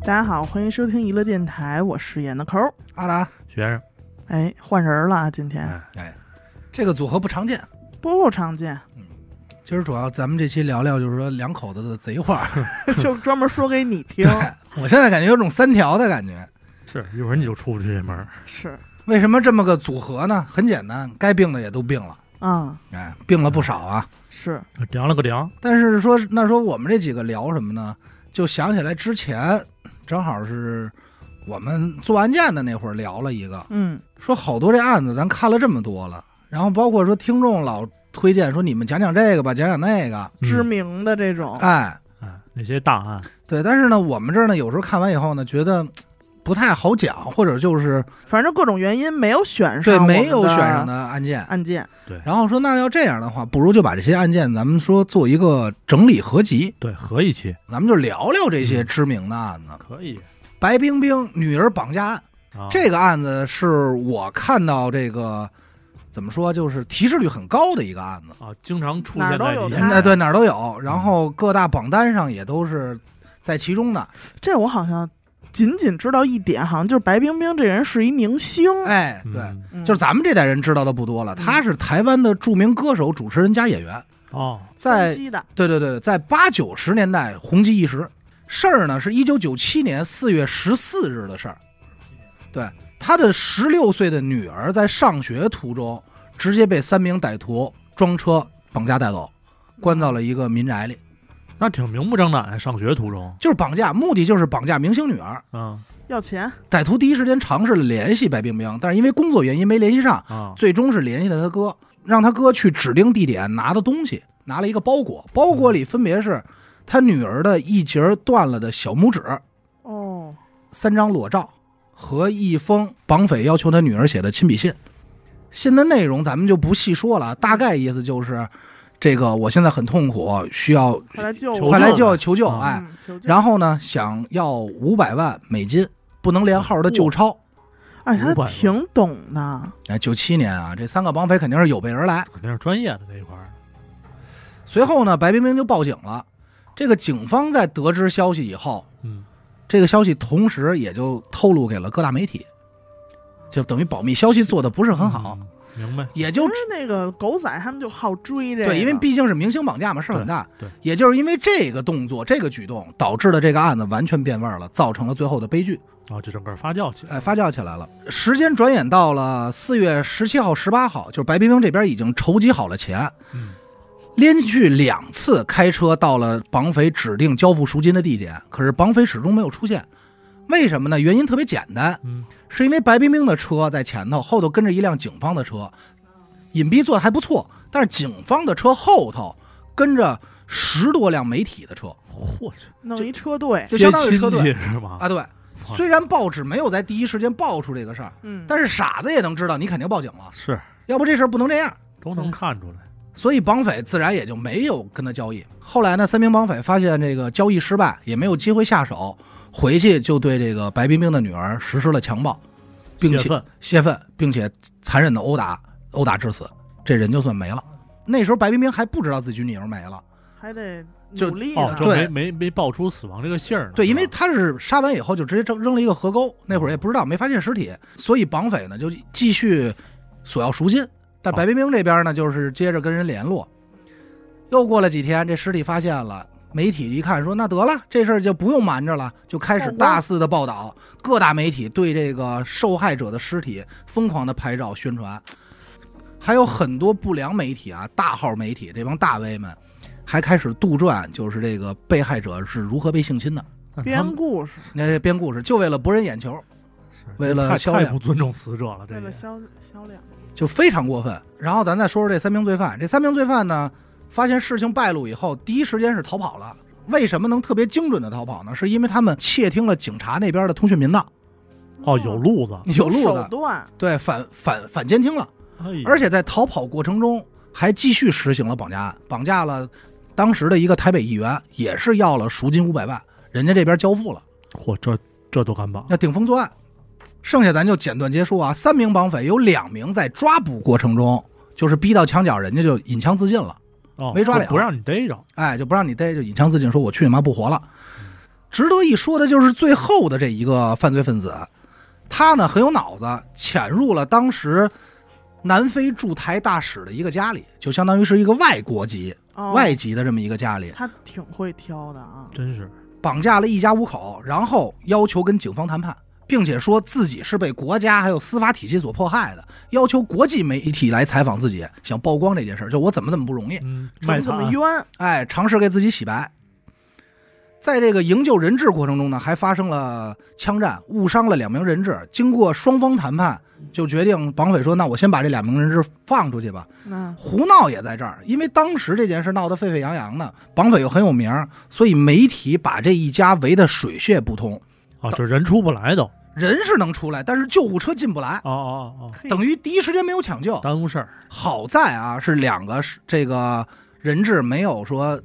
大家好，欢迎收听娱乐电台，我是演的抠儿。阿达，学生，哎，换人了啊，今天哎，哎，这个组合不常见。不常 见，今儿主要咱们这期聊聊，就是说两口子的贼话。就专门说给你听。 我现在感觉有种三条的感觉。是一会儿你就出不去这门儿，是为什么这么个组合呢？很简单，该病的也都病了，啊、哎，病了不少啊。是凉了个凉，但是说，那说我们这几个聊什么呢？就想起来之前，正好是我们做案件的那会儿聊了一个，嗯说好多这案子咱看了这么多了，然后包括说听众老推荐说你们讲讲这个吧，讲讲那个，知嗯名的这种，哎，哎，那些档案，对，但是呢，我们这儿呢，有时候看完以后呢，觉得嘖不太好讲，或者就是反正各种原因没有选上对啊我们的没有选上的案件。案件。然后说，那要这样的话，不如就把这些案件，咱们说做一个整理合集，对，合一期咱们就聊聊这些知名的案子。可以白冰冰女儿绑架案啊，这个案子是我看到这个怎么说，就是提示率很高的一个案子。啊，经常出哪儿现都在有一些它哎，对，哪儿都有，然后各大榜单上也都是在其中的。这我好像仅仅知道一点，好像就是白冰冰这人是一明星，哎，嗯对，嗯就是咱们这代人知道的不多了。嗯他是台湾的著名歌手、主持人加演员，哦，山在西的，对对对，在八九十年代红极一时。事儿呢是一九九七年四月十四日的事儿，对，他的十六岁的女儿在上学途中直接被三名歹徒装车绑架带走，关到了一个民宅里，那挺明目张胆的，上学途中，就是绑架，目的就是绑架明星女儿。嗯要钱，歹徒第一时间尝试了联系白冰冰，但是因为工作原因没联系上，啊，最终是联系了他哥，让他哥去指定地点拿的东西，拿了一个包裹，包裹里分别是他女儿的一截儿断了的小拇指、哦，三张裸照和一封绑匪要求他女儿写的亲笔信。信的内容咱们就不细说了，大概意思就是，这个我现在很痛苦，需要快来救求我，快来救救求救，嗯哎，嗯，求救。然后呢，想要五百万美金，不能连号的旧钞。哎，他500吧挺懂的，哎，九七年啊，这三个绑匪肯定是有备而来。肯定是专业的这一块儿，随后呢，白冰冰就报警了。这个警方在得知消息以后，嗯，这个消息同时也就透露给了各大媒体，就等于保密消息做的不是很好，嗯，明白，也不就是那个狗仔他们就好追这个，对，因为毕竟是明星绑架嘛，事儿很大，对对也就是因为这个动作、这个举动，导致了这个案子完全变味儿了，造成了最后的悲剧，啊，就整个发酵起来，哎，发酵起来了。时间转眼到了四月十七号、十八号，就是白冰冰这边已经筹集好了钱，嗯，连续两次开车到了绑匪指定交付赎金的地点，可是绑匪始终没有出现。为什么呢？原因特别简单，嗯，是因为白冰冰的车在前头，后头跟着一辆警方的车，隐蔽做的还不错，但是警方的车后头跟着十多辆媒体的车嚯，弄一车队，就接相当于亲车队戚是吗？啊。对，哇虽然报纸没有在第一时间爆出这个事儿，嗯，但是傻子也能知道你肯定报警了，是要不这事儿不能这样。都能看出来，所以绑匪自然也就没有跟他交易。后来呢，三名绑匪发现这个交易失败，也没有机会下手，回去就对这个白冰冰的女儿实施了强暴，并泄且愤泄愤，并且残忍的殴打，殴打致死，这人就算没了。那时候白冰冰还不知道自己女儿没了，还得就努力哦，呢就。对没没没爆出死亡这个信儿呢，对，因为是吧他是杀完以后就直接扔扔了一个河沟，那会儿也不知道没发现尸体，所以绑匪呢就继续索要赎金，但哦白冰冰这边呢就是接着跟人联络。又过了几天，这尸体发现了，媒体一看说那得了，这事儿就不用瞒着了，就开始曝光大肆的报道，各大媒体对这个受害者的尸体疯狂的拍照宣传，还有很多不良媒体啊，大号媒体这帮大 V 们。还开始杜撰，就是这个被害者是如何被性侵的。但是他编们故事，那编故事就为了博人眼球，是为了太销量太不尊重死者了，这为也了销销量，就非常过分。然后咱再说说这三名罪犯，这三名罪犯呢，发现事情败露以后，第一时间是逃跑了。为什么能特别精准的逃跑呢？是因为他们窃听了警察那边的通讯频道，哦有路子，有路嗯手的，段，对，反反反监听了，哎呀而且在逃跑过程中还继续实行了绑架案，绑架了当时的一个台北议员，也是要了赎金五百万，人家这边交付了。嚯，这这都敢绑，那顶风作案。剩下咱就简短结束啊。三名绑匪有两名在抓捕过程中，就是逼到墙角，人家就引枪自尽了，哦，没抓就了不让你逮着，哎，就不让你逮，就引枪自尽，说我去你妈不活了。值得一说的就是最后的这一个犯罪分子，他呢很有脑子，潜入了当时南非驻台大使的一个家里，就相当于是一个外国籍、哦外籍的这么一个家里，他挺会挑的啊，真是绑架了一家五口，然后要求跟警方谈判，并且说自己是被国家还有司法体系所迫害的，要求国际媒体来采访自己，想曝光这件事儿，就我怎么怎么不容易。嗯，怎卖么怎惨么冤，哎，尝试给自己洗白。在这个营救人质过程中呢，还发生了枪战，误伤了两名人质。经过双方谈判，就决定绑匪说：“那我先把这两名人质放出去吧。”那胡闹也在这儿，因为当时这件事闹得沸沸扬扬的，绑匪又很有名儿，所以媒体把这一家围得水泄不通。啊，这人出不来都，哦人是能出来，但是救护车进不来，哦哦嘿等于第一时间没有抢救哦，。耽误事儿，好在啊，是两个是这个人质没有说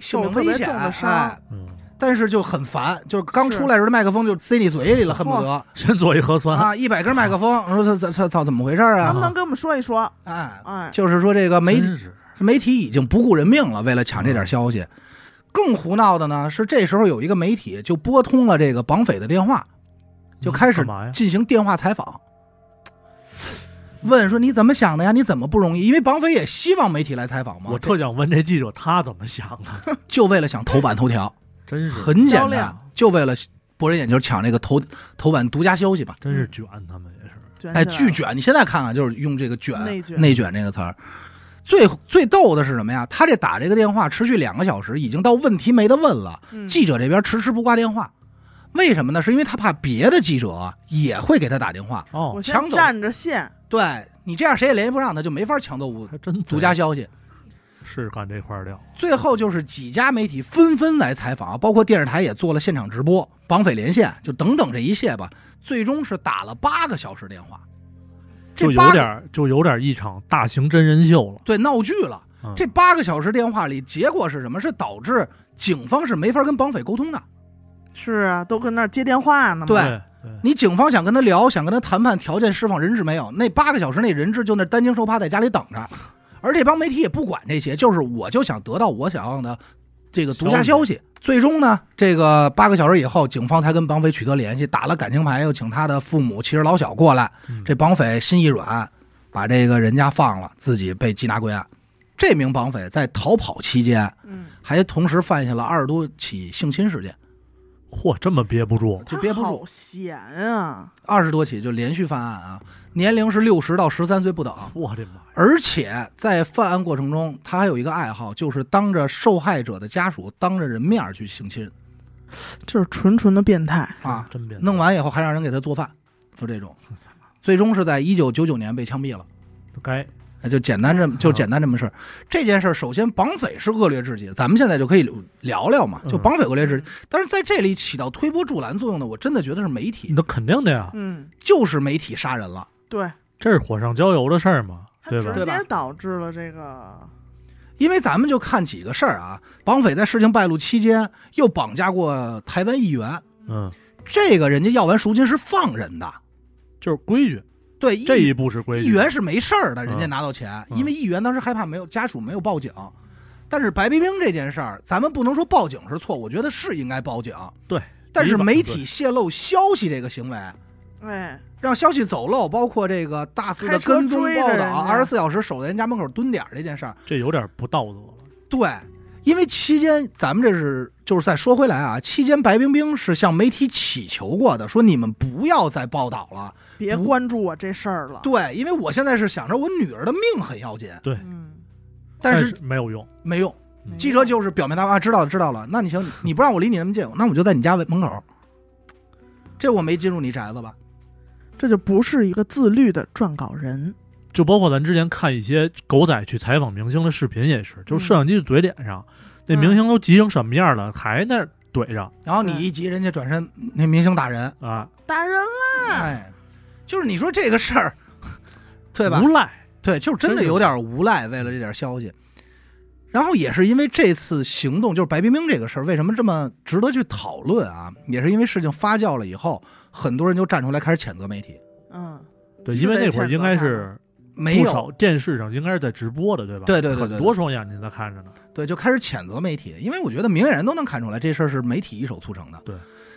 性命受特别危险，重的伤哎，嗯，但是就很烦，就是刚出来的时候麦克风就塞你嘴里了，嚯恨不得先做一核酸，啊，一百根麦克风，说操操操操，怎么回事能啊不？能跟我们说一说？哎，哎，就是说这个媒体真是媒体已经不顾人命了，为了抢这嗯点消息。更胡闹的呢是，这时候有一个媒体就拨通了这个绑匪的电话，就开始嗯干嘛呀？进行电话采访，问说你怎么想的呀？你怎么不容易？因为绑匪也希望媒体来采访嘛，我特想问这记者他怎么想的，就为了想头版头条，真是很简销单量，就为了博人眼球抢这个头头版独家消息吧。真是卷，他们也是，卷哎，起来巨了卷！你现在看看，就是用这个“卷”内卷这个词儿。最最逗的是什么呀？他这打这个电话持续两个小时，已经到问题没得问了。嗯记者这边迟迟不挂电话，为什么呢？是因为他怕别的记者啊也会给他打电话。我哦，先抢走占着线，对你这样谁也联系不上，他就没法抢购还真独家对消息。是干这块料，最后就是几家媒体纷纷来采访，啊包括电视台也做了现场直播，绑匪连线，就等等这一切吧。最终是打了八个小时电话，这就八有个点儿就有点儿一场大型真人秀了，对闹剧了。嗯这八个小时电话里，结果是什么？是导致警方是没法跟绑匪沟通的。是啊，都跟那儿接电话呢嘛。对对对，你警方想跟他聊，想跟他谈判条件释放人质没有？那八个小时内人质就那担惊受怕在家里等着，而这帮媒体也不管这些，就是我就想得到我想要的这个独家消息。最终呢，这个八个小时以后，警方才跟绑匪取得联系，打了感情牌，又请他的父母妻儿老小过来。嗯这绑匪心一软，把这个人家放了，自己被缉拿归案。这名绑匪在逃跑期间，嗯，还同时犯下了二十多起性侵事件，嚯，这么憋不住，就憋不他住好，闲啊，二十多起就连续犯案啊，年龄是六十到十三岁不等。我的妈呀，而且在犯案过程中，他还有一个爱好，就是当着受害者的家属当着人面儿去性侵这是纯纯的变态。啊，真变态，弄完以后还让人给他做饭，就这种。最终是在一九九九年被枪毙了。不该哎就简单这么就简单这么事儿，这件事儿首先绑匪是恶劣至极，咱们现在就可以聊聊嘛，就嗯绑匪恶劣至极。但是在这里起到推波助澜作用的，我真的觉得是媒体你，都肯定的呀，嗯，就是媒体杀人了。对，这是火上浇油的事儿嘛，他对直吧？对吧接导致了这个，因为咱们就看几个事儿啊，绑匪在事情败露期间又绑架过台湾议员，嗯，这个人家要完赎金是放人的，就是规矩，对，这议一步是规议矩，员是没事儿的，人家嗯拿到钱，嗯因为议员当时害怕没有家属没有报警。但是白冰冰这件事儿，咱们不能说报警是错，我觉得是应该报警。对，但是依法媒体泄露消息这个行为，哎，让消息走漏，包括这个大肆的开车跟踪追着报人道，家二十四小时守在人家门口蹲点儿这件事儿，这有点不道德了，对，因为期间咱们这是就是再说回来啊，期间白冰冰是向媒体祈求过的，说你们不要再报道了。别不关注我这事儿了。对，因为我现在是想着我女儿的命很要紧，嗯，但是是没有用，没用。嗯记者就是表面答复啊，知道了，知道了。那你行，你不让我离你那么近，那我就在你家门口。这我没进入你宅子吧？这就不是一个自律的撰稿人。就包括咱之前看一些狗仔去采访明星的视频也是，嗯就摄像机怼脸上，那明星都急成什么样了，还那儿怼着然后你对一急，人家转身那明星打人，啊，打人了，哎，就是你说这个事儿，对吧？无赖，对，就是真的有点无赖，为了这点消息。然后也是因为这次行动，就是白冰冰这个事儿，为什么这么值得去讨论啊？也是因为事情发酵了以后，很多人就站出来开始谴责媒体。嗯，对，是因为得那会儿谴责应该他是没不有少电视上应该是在直播的，对吧？对对对对对很多双眼睛在看着呢。对，就开始谴责媒体，因为我觉得明眼人都能看出来这事儿是媒体一手促成的。对，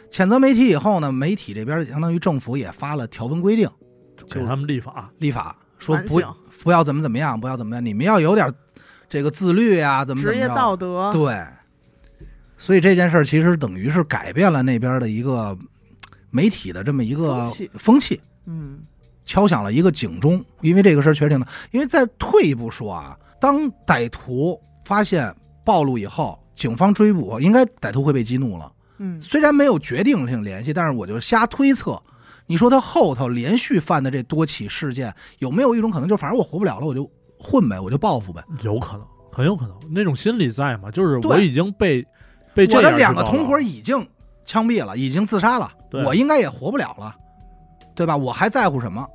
谴责媒体以后呢，媒体这边相当于政府也发了条文规定，给他们立法，立法说反不省不要怎么怎么样，不要怎么样，你们要有点这个自律啊，怎么怎职么业着道德，对，所以这件事儿其实等于是改变了那边的一个媒体的这么一个风气风气，嗯，敲响了一个警钟。因为这个事儿确实挺大，因为再退一步说啊，当歹徒发现暴露以后，警方追捕，应该歹徒会被激怒了。嗯，虽然没有决定性联系，但是我就瞎推测。你说他后头连续犯的这多起事件，有没有一种可能，就反正我活不了了，我就混呗，我就报复呗？有可能，很有可能那种心理在嘛，就是对我已经被被这我的样两知个道同伙了已经枪毙了，已经自杀了，对我应该也活不了了，对吧？我还在乎什么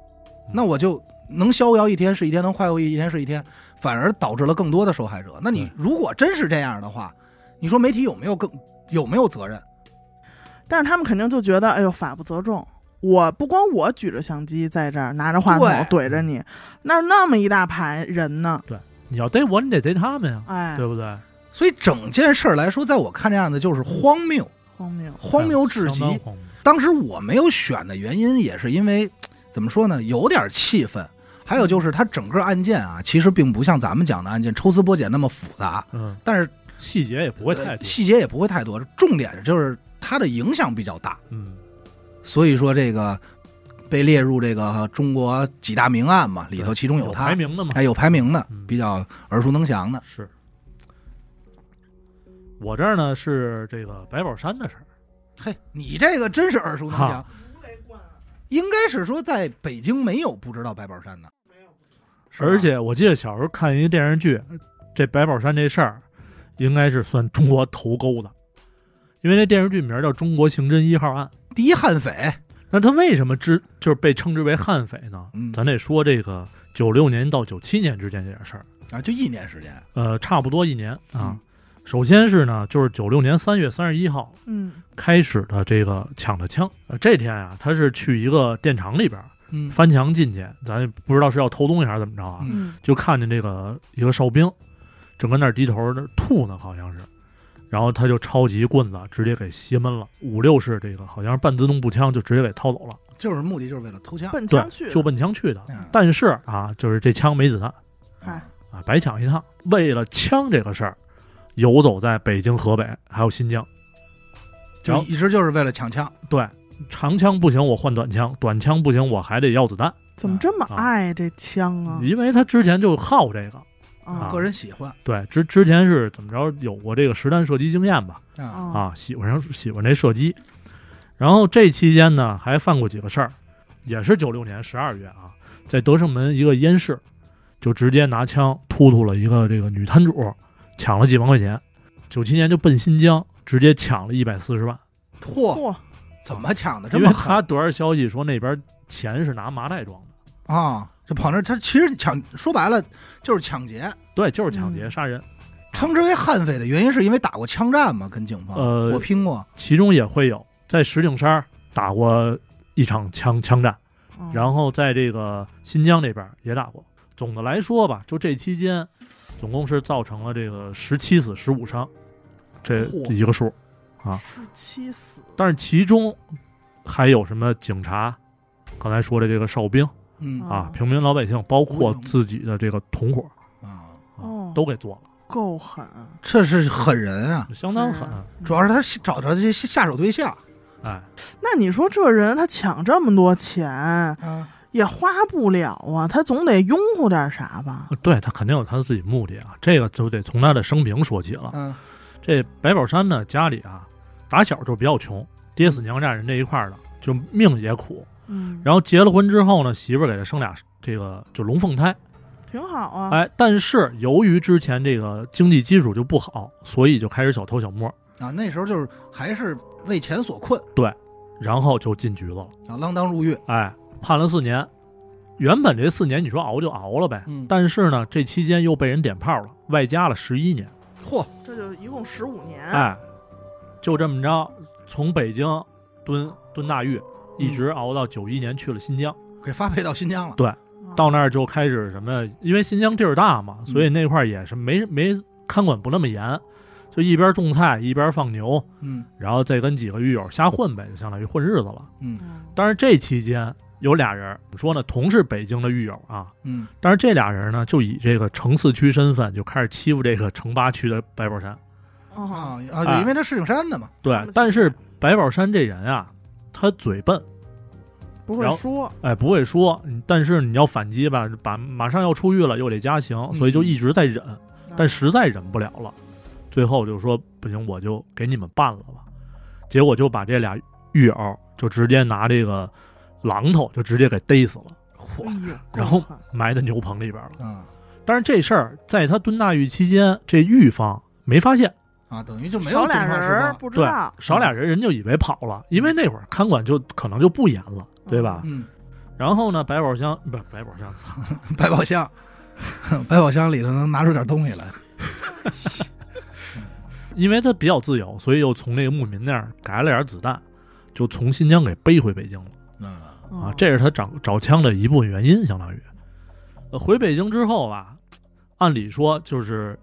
嗯？那我就能逍遥一天是一天，能快活一天是一天，反而导致了更多的受害者。那你对如果真是这样的话，你说媒体有没有更有没有责任？但是他们肯定就觉得，哎呦，法不责众。我不光我举着相机在这儿拿着话筒对怼着你，那儿那么一大排人呢，你要逮我，你得逮他们呀，哎，对不对？所以整件事儿来说，在我看这样的就是荒谬，荒谬，荒谬至极哎相。当荒谬当时我没有选的原因，也是因为怎么说呢，有点气愤。还有嗯就是，它整个案件啊，其实并不像咱们讲的案件抽丝剥茧那么复杂，嗯，但是细节也不会太呃多。细节也不会太多。重点就是它的影响比较大，嗯，所以说这个被列入这个中国几大名案嘛，里头其中有它排，名的嘛？哎，有排名的嗯，比较耳熟能详的。是。我这儿呢是这个白宝山的事儿，嘿，你这个真是耳熟能详哈，应该是说在北京没有不知道白宝山的，是吧而且我记得小时候看一电视剧，这白宝山这事儿应该是算中国头钩的，因为那电视剧名叫《中国刑侦一号案》。第一悍匪，那他为什么之就是被称之为悍匪呢？嗯咱得说这个九六年到九七年之间这件事儿，啊，就一年时间，呃，差不多一年啊嗯。首先是呢，就是九六年三月三十一号嗯开始的这个抢的枪。呃，这天啊，他是去一个电厂里边儿嗯翻墙进去，咱也不知道是要偷东西还是怎么着啊，嗯嗯就看见这个一个哨兵正跟那儿低头那儿吐呢，好像是。然后他就抄起一棍子，直接给斜闷了，五六式这个好像是半自动步枪，就直接给掏走了。就是目的就是为了偷枪，奔枪去对，的，就奔枪去的。嗯但是啊，就是这枪没子弹哎啊，白抢一趟。为了枪这个事儿，游走在北京、河北还有新疆。就一直就是为了抢枪，对，长枪不行，我换短枪；短枪不行，我还得要子弹。怎么这么啊爱这枪哦啊？因为他之前就好这个，啊个人喜欢对，之之前是怎么着有过这个实弹射击经验吧？啊，啊啊，喜欢上喜欢这射击。然后这期间呢，还犯过几个事儿，也是九六年十二月啊，在德胜门一个烟市，就直接拿枪突突了一个这个女摊主，抢了几万块钱。九七年就奔新疆，直接抢了一百四十万，嚯，嚯，怎么抢的这因为么他狠得到消息说那边钱是拿麻袋装的，啊？就跑那儿他其实抢说白了就是抢劫，对，就是抢劫嗯杀人，称之为悍匪的原因是因为打过枪战嘛，跟警方呃火拼过，其中也会有在石景山打过一场枪枪战。嗯然后在这个新疆这边也打过。总的来说吧，就这期间，总共是造成了这个十七死十五伤，这嚯一个数。啊是七死，但是其中还有什么警察，刚才说的这个哨兵嗯哦，啊平民老百姓，包我括懂自己的这个同伙啊，哦啊，都给做了，够狠，这是狠人啊，相当狠。嗯主要是他找着这些下手对象哎，那你说这人他抢这么多钱啊，也花不了啊，他总得拥护点啥吧？对他肯定有他自己目的啊，这个就得从他的生平说起了。嗯这白宝山呢，家里啊，打小就比较穷，爹死娘家人这一块儿的，就命也苦。嗯，然后结了婚之后呢，媳妇儿给他生俩这个就龙凤胎，挺好啊，哎，但是由于之前这个经济基础就不好，所以就开始小偷小摸，啊，那时候就是还是为钱所困然后就进局子了，啊，锒铛入狱，哎，判了四年。原本这四年你说熬就熬了呗，嗯但是呢，这期间又被人点炮了，外加了十一年，嚯，这就一共十五年，哎，就这么着，从北京蹲蹲大狱，一直熬到九一年去了新疆。给发配到新疆了。哦，到那儿就开始什么，因为新疆地儿大嘛，嗯所以那块儿也是没没看管不那么严，就一边种菜一边放牛，嗯然后再跟几个狱友瞎混呗，就相当于混日子了。嗯但是这期间有俩人，怎么说呢？同是北京的狱友啊，嗯但是这俩人呢，就以这个城四区身份就开始欺负这个城八区的白宝山。哦，啊啊，对因为他是景山的嘛，对他们，但是自己白宝山这人啊，他嘴笨，不会然后说，哎，不会说，嗯但是你要反击吧，把马上要出狱了，又得加刑，所以嗯就一直在忍，但实在忍不了了，最后就说不行，我就给你们办了吧。结果就把这俩狱友就直接拿这个榔头就直接给逮死了，哎嚯呦， 然后够狠埋在牛棚里边了。啊但是这事儿在他蹲大狱期间，这狱方没发现，啊，等于就没有少俩东人方时儿报不知对啊道，，少俩人人就以为跑了，因为那会儿看管就可能就不严了，对吧？嗯，然后呢，百宝箱不是百宝箱，操百宝箱，百宝箱里头能拿出点东西来，因为他比较自由，所以又从那个牧民那儿改了点子弹，就从新疆给背回北京了嗯嗯啊。这是他找找枪的一部分原因，相当于。呃回北京之后吧，按理说就是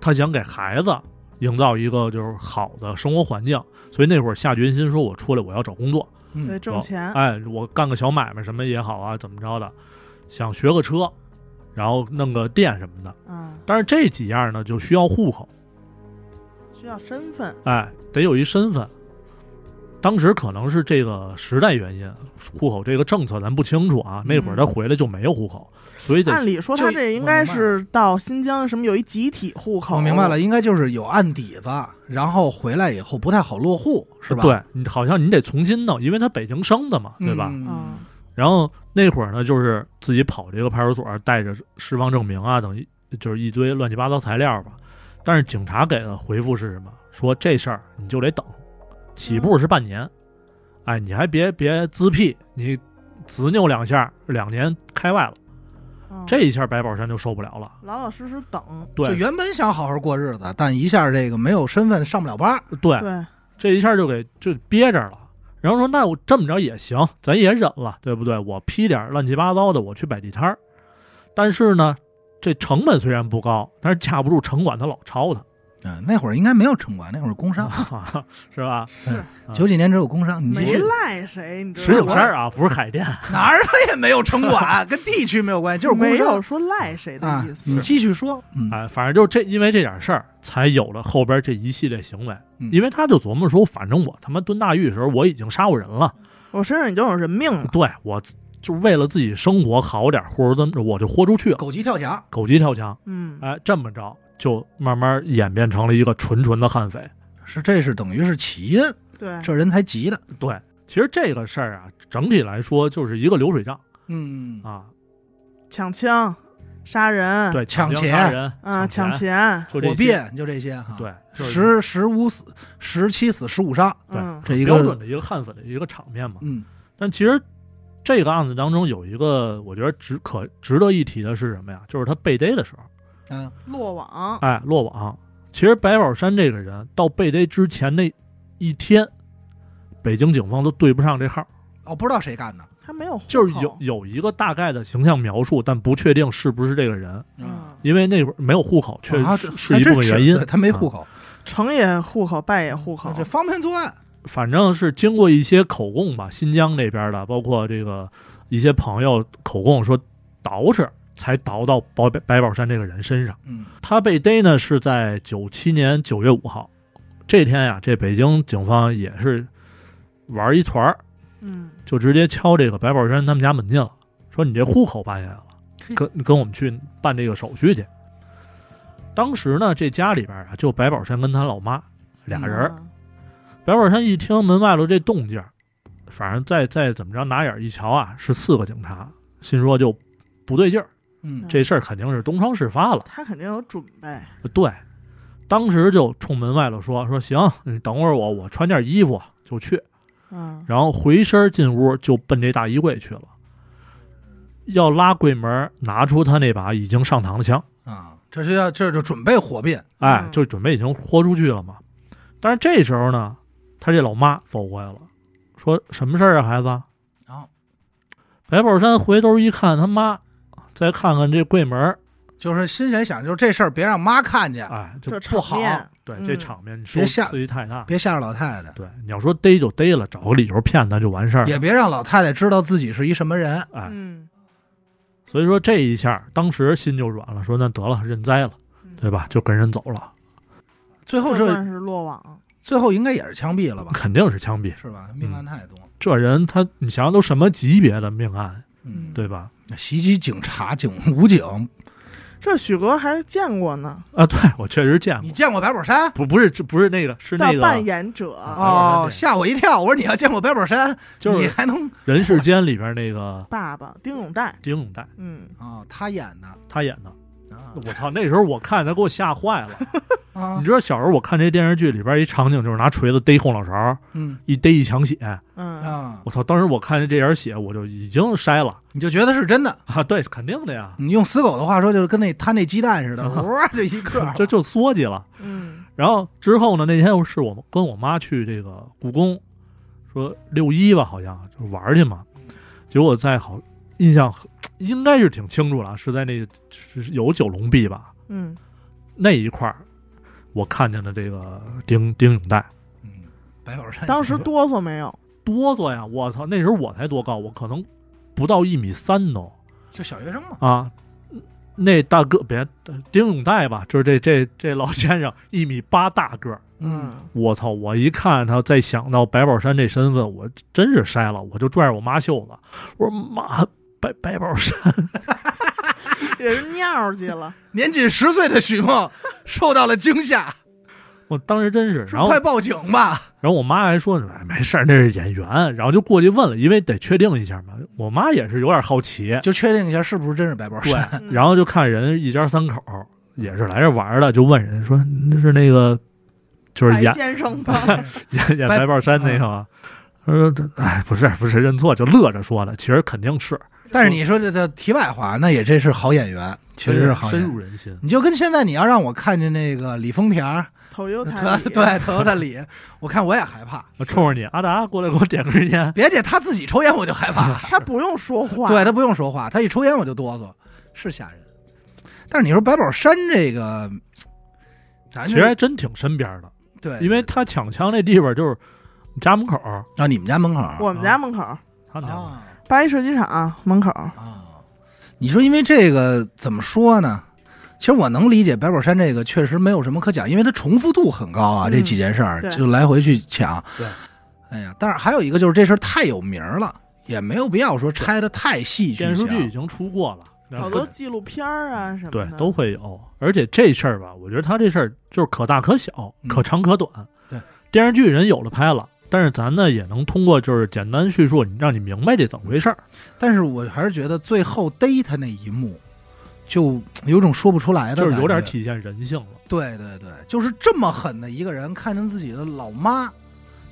他想给孩子营造一个就是好的生活环境，所以那会儿下决心说，我出来我要找工作。得嗯挣钱，哎，我干个小买卖什么也好啊，怎么着的，想学个车，然后弄个店什么的。嗯，但是这几样呢，就需要户口，需要身份，哎，得有一身份。当时可能是这个时代原因，户口这个政策咱不清楚啊。那嗯会儿他回来就没有户口，所以得按理说他这这应我该明白是到新疆什么有一集体户口，我明白了，，应该就是有案底子，然后回来以后不太好落户，是吧？对你好像你得重新弄，因为他北京生的嘛，嗯，对吧？嗯然后那会儿呢，就是自己跑这个派出所，带着释放证明啊，等一就是一堆乱七八糟材料吧。但是警察给的回复是什么？说这事儿你就得等，起步是半年，哎，你还别别自闭，你执拗两下，两年开外了。嗯这一下白宝山就受不了了，老老实实等，就对原本想好好过日子，但一下这个没有身份上不了班，对，对，这一下就给就憋着了。然后说那我这么着也行，咱也忍了，对不对？我批点乱七八糟的，我去摆地摊儿。但是呢，这成本虽然不高，但是架不住城管他老抄他，嗯，那会儿应该没有城管，那会儿工啊商， 是吧？是啊九几年只有工商，你继没续赖谁，你知石道景吗？山啊，不是海淀。哪儿他也没有城管，跟地区没有关系，就是啊工没有商说赖谁的啊意。思你，继续说，嗯哎，反正就是这，因为这点事儿，才有了后边这一系列行为。嗯因为他就琢磨说，反正我他妈蹲大狱的时候，我已经杀过人了，我身上已经有人命了，对我就为了自己生活好点，或者怎么着，我就豁出去了，狗急跳墙，狗急跳墙。嗯，哎，这么着就慢慢演变成了一个纯纯的悍匪。是这是等于是起因，对，这人才急的，对，其实这个事儿啊，整体来说就是一个流水账嗯啊，抢枪、杀人，对，抢劫劫杀人嗯啊，抢抢，钱，就这火些，变就这些哈，，对，就是十十五死，十七死十五伤，对嗯，这一标准个，的一个悍匪的一个场面嘛。嗯但其实这个案子当中有一个，我觉得值可值得一提的是什么呀？就是他被逮的时候，嗯落网，哎，落网。其实白宝山这个人到被逮之前那一天，北京警方都对不上这号，哦，不知道谁干的，他没有户口，就是有有一个大概的形象描述，但不确定是不是这个人，嗯，因为那会儿没有户口，确啊实这还是一真部分原因啊对。他没户口，成也户口，败也户口这，方便作案，反正是经过一些口供吧，新疆那边的，包括这个一些朋友口供说捯饬，才倒到白白宝山这个人身上。嗯他被逮呢是在九七年九月五号，这天呀，这北京警方也是玩一团儿，嗯，就直接敲这个白宝山他们家门去了，说你这户口办下来嘿了，跟跟我们去办这个手续去。当时呢，这家里边啊，就白宝山跟他老妈俩人儿。嗯白宝山一听门外头这动静儿，反正再再怎么着拿眼儿一瞧啊，是四个警察，心说就不对劲儿，嗯，这事儿肯定是东窗事发了。他肯定有准备，对，当时就冲门外头说说行，你等会儿我，我穿件衣服就去。嗯，然后回身进屋就奔这大衣柜去了，要拉柜门，拿出他那把已经上膛的枪，啊，这是要这就准备火并，哎嗯，就准备已经豁出去了嘛。但是这时候呢，他这老妈走过来了，说什么事儿啊，孩子？啊，白宝山回头一看他妈，再看看这柜门儿，就是心里想，就是这事儿别让妈看见，哎，就这不场好面，对嗯这场面受别吓刺激太大。别吓着老太太，对，你要说逮就逮了，找个理由骗他就完事儿了。也别让老太太知道自己是一什么人。哎，嗯，所以说这一下，当时心就软了，说那得了，认栽了，对吧？就跟人走了，最后这这算是落网，最后应该也是枪毙了 吧？肯定是枪毙。是吧？命案太多，这人他，你想想都什么级别的命案，嗯对吧？袭击警察、警武警，这许哥还见过呢，啊，对我确实见你过，见过白宝山？不不是这不是那个，是叫那扮个演者，啊哦，吓我一跳！我说你要见过白宝山，就是你还能人世间里边那个 爸爸丁永代，丁永代嗯，哦，他演的他演的。啊我操，那时候我看他给我吓坏了。啊你知道小时候我看这电视剧里边一场景就是拿锤子逮后脑勺，嗯一逮一墙血。嗯，啊，我操，当时我看见这点血我就已经筛了你就觉得是真的。啊，对，肯定的呀，你用死狗的话说，就是跟那摊那鸡蛋似的，啊哇，这一个这就缩计了。嗯，然后之后呢，那天是我跟我妈去这个故宫，说六一吧，好像就是玩去嘛。结果在好印象很应该是挺清楚了，是在那是有九龙壁吧嗯，那一块儿，我看见了这个丁丁永代嗯白宝哎山当时哆嗦没有？哆嗦呀！我操，那时候我才多高，我可能不到一米三都就小学生嘛，啊。那大哥别丁永代吧，就是这这这老先生一米八大个儿，嗯，我操！我一看他，再想到白宝山这身份，我真是筛了，我就拽着我妈袖子，我说妈，白白宝山，也是尿去了，年仅十岁的许梦受到了惊吓，我当时真是，然说后快报警吧！然后我妈还说，哎，没事儿，那是演员，然后就过去问了，因为得确定一下嘛。我妈也是有点好奇， 就确定一下是不是真是白宝对山。，嗯然后就看人一家三口儿也是来这玩儿的，就问人说那是那个就是白演先生吧， 演演白白宝山那个吗？他说：“哎，不是，不是，认错，就乐着说的。其实肯定是，但是你说这这题外话，那也这是好演员，确实是好深演员。入人心。你就跟现在你要让我看见那个李丰田儿，头油台德里，对德的李，我看我也害怕。我冲着你，阿达过来给我点根烟。别介，他自己抽烟我就害怕，他不用说话，对他不用说话，他一抽烟我就哆嗦，是吓人。但是你说白宝山这个，咱其这实还真挺身边的，对，因为他抢枪那地方就是家门口儿，啊啊，你们家门口儿我们家门口，他们家门口儿啊八一射击场门口，啊，你说因为这个怎么说呢？其实我能理解白宝山这个确实没有什么可讲，因为它重复度很高啊，嗯这几件事儿对就来回去抢。对，哎呀，但是还有一个就是这事儿太有名儿了，也没有必要说拆的太细去电视讲剧已经出过了，然好后多纪录片儿啊什么对的，都会有。而且这事儿吧，我觉得他这事儿就是可大可小，嗯可长可短。对，电视剧人有了拍了，但是咱呢也能通过就是简单叙述，你让你明白这怎么回事儿。但是我还是觉得最后逮他那一幕，就有种说不出来的就感觉，是有点体现人性了。对对对，就是这么狠的一个人，看见自己的老妈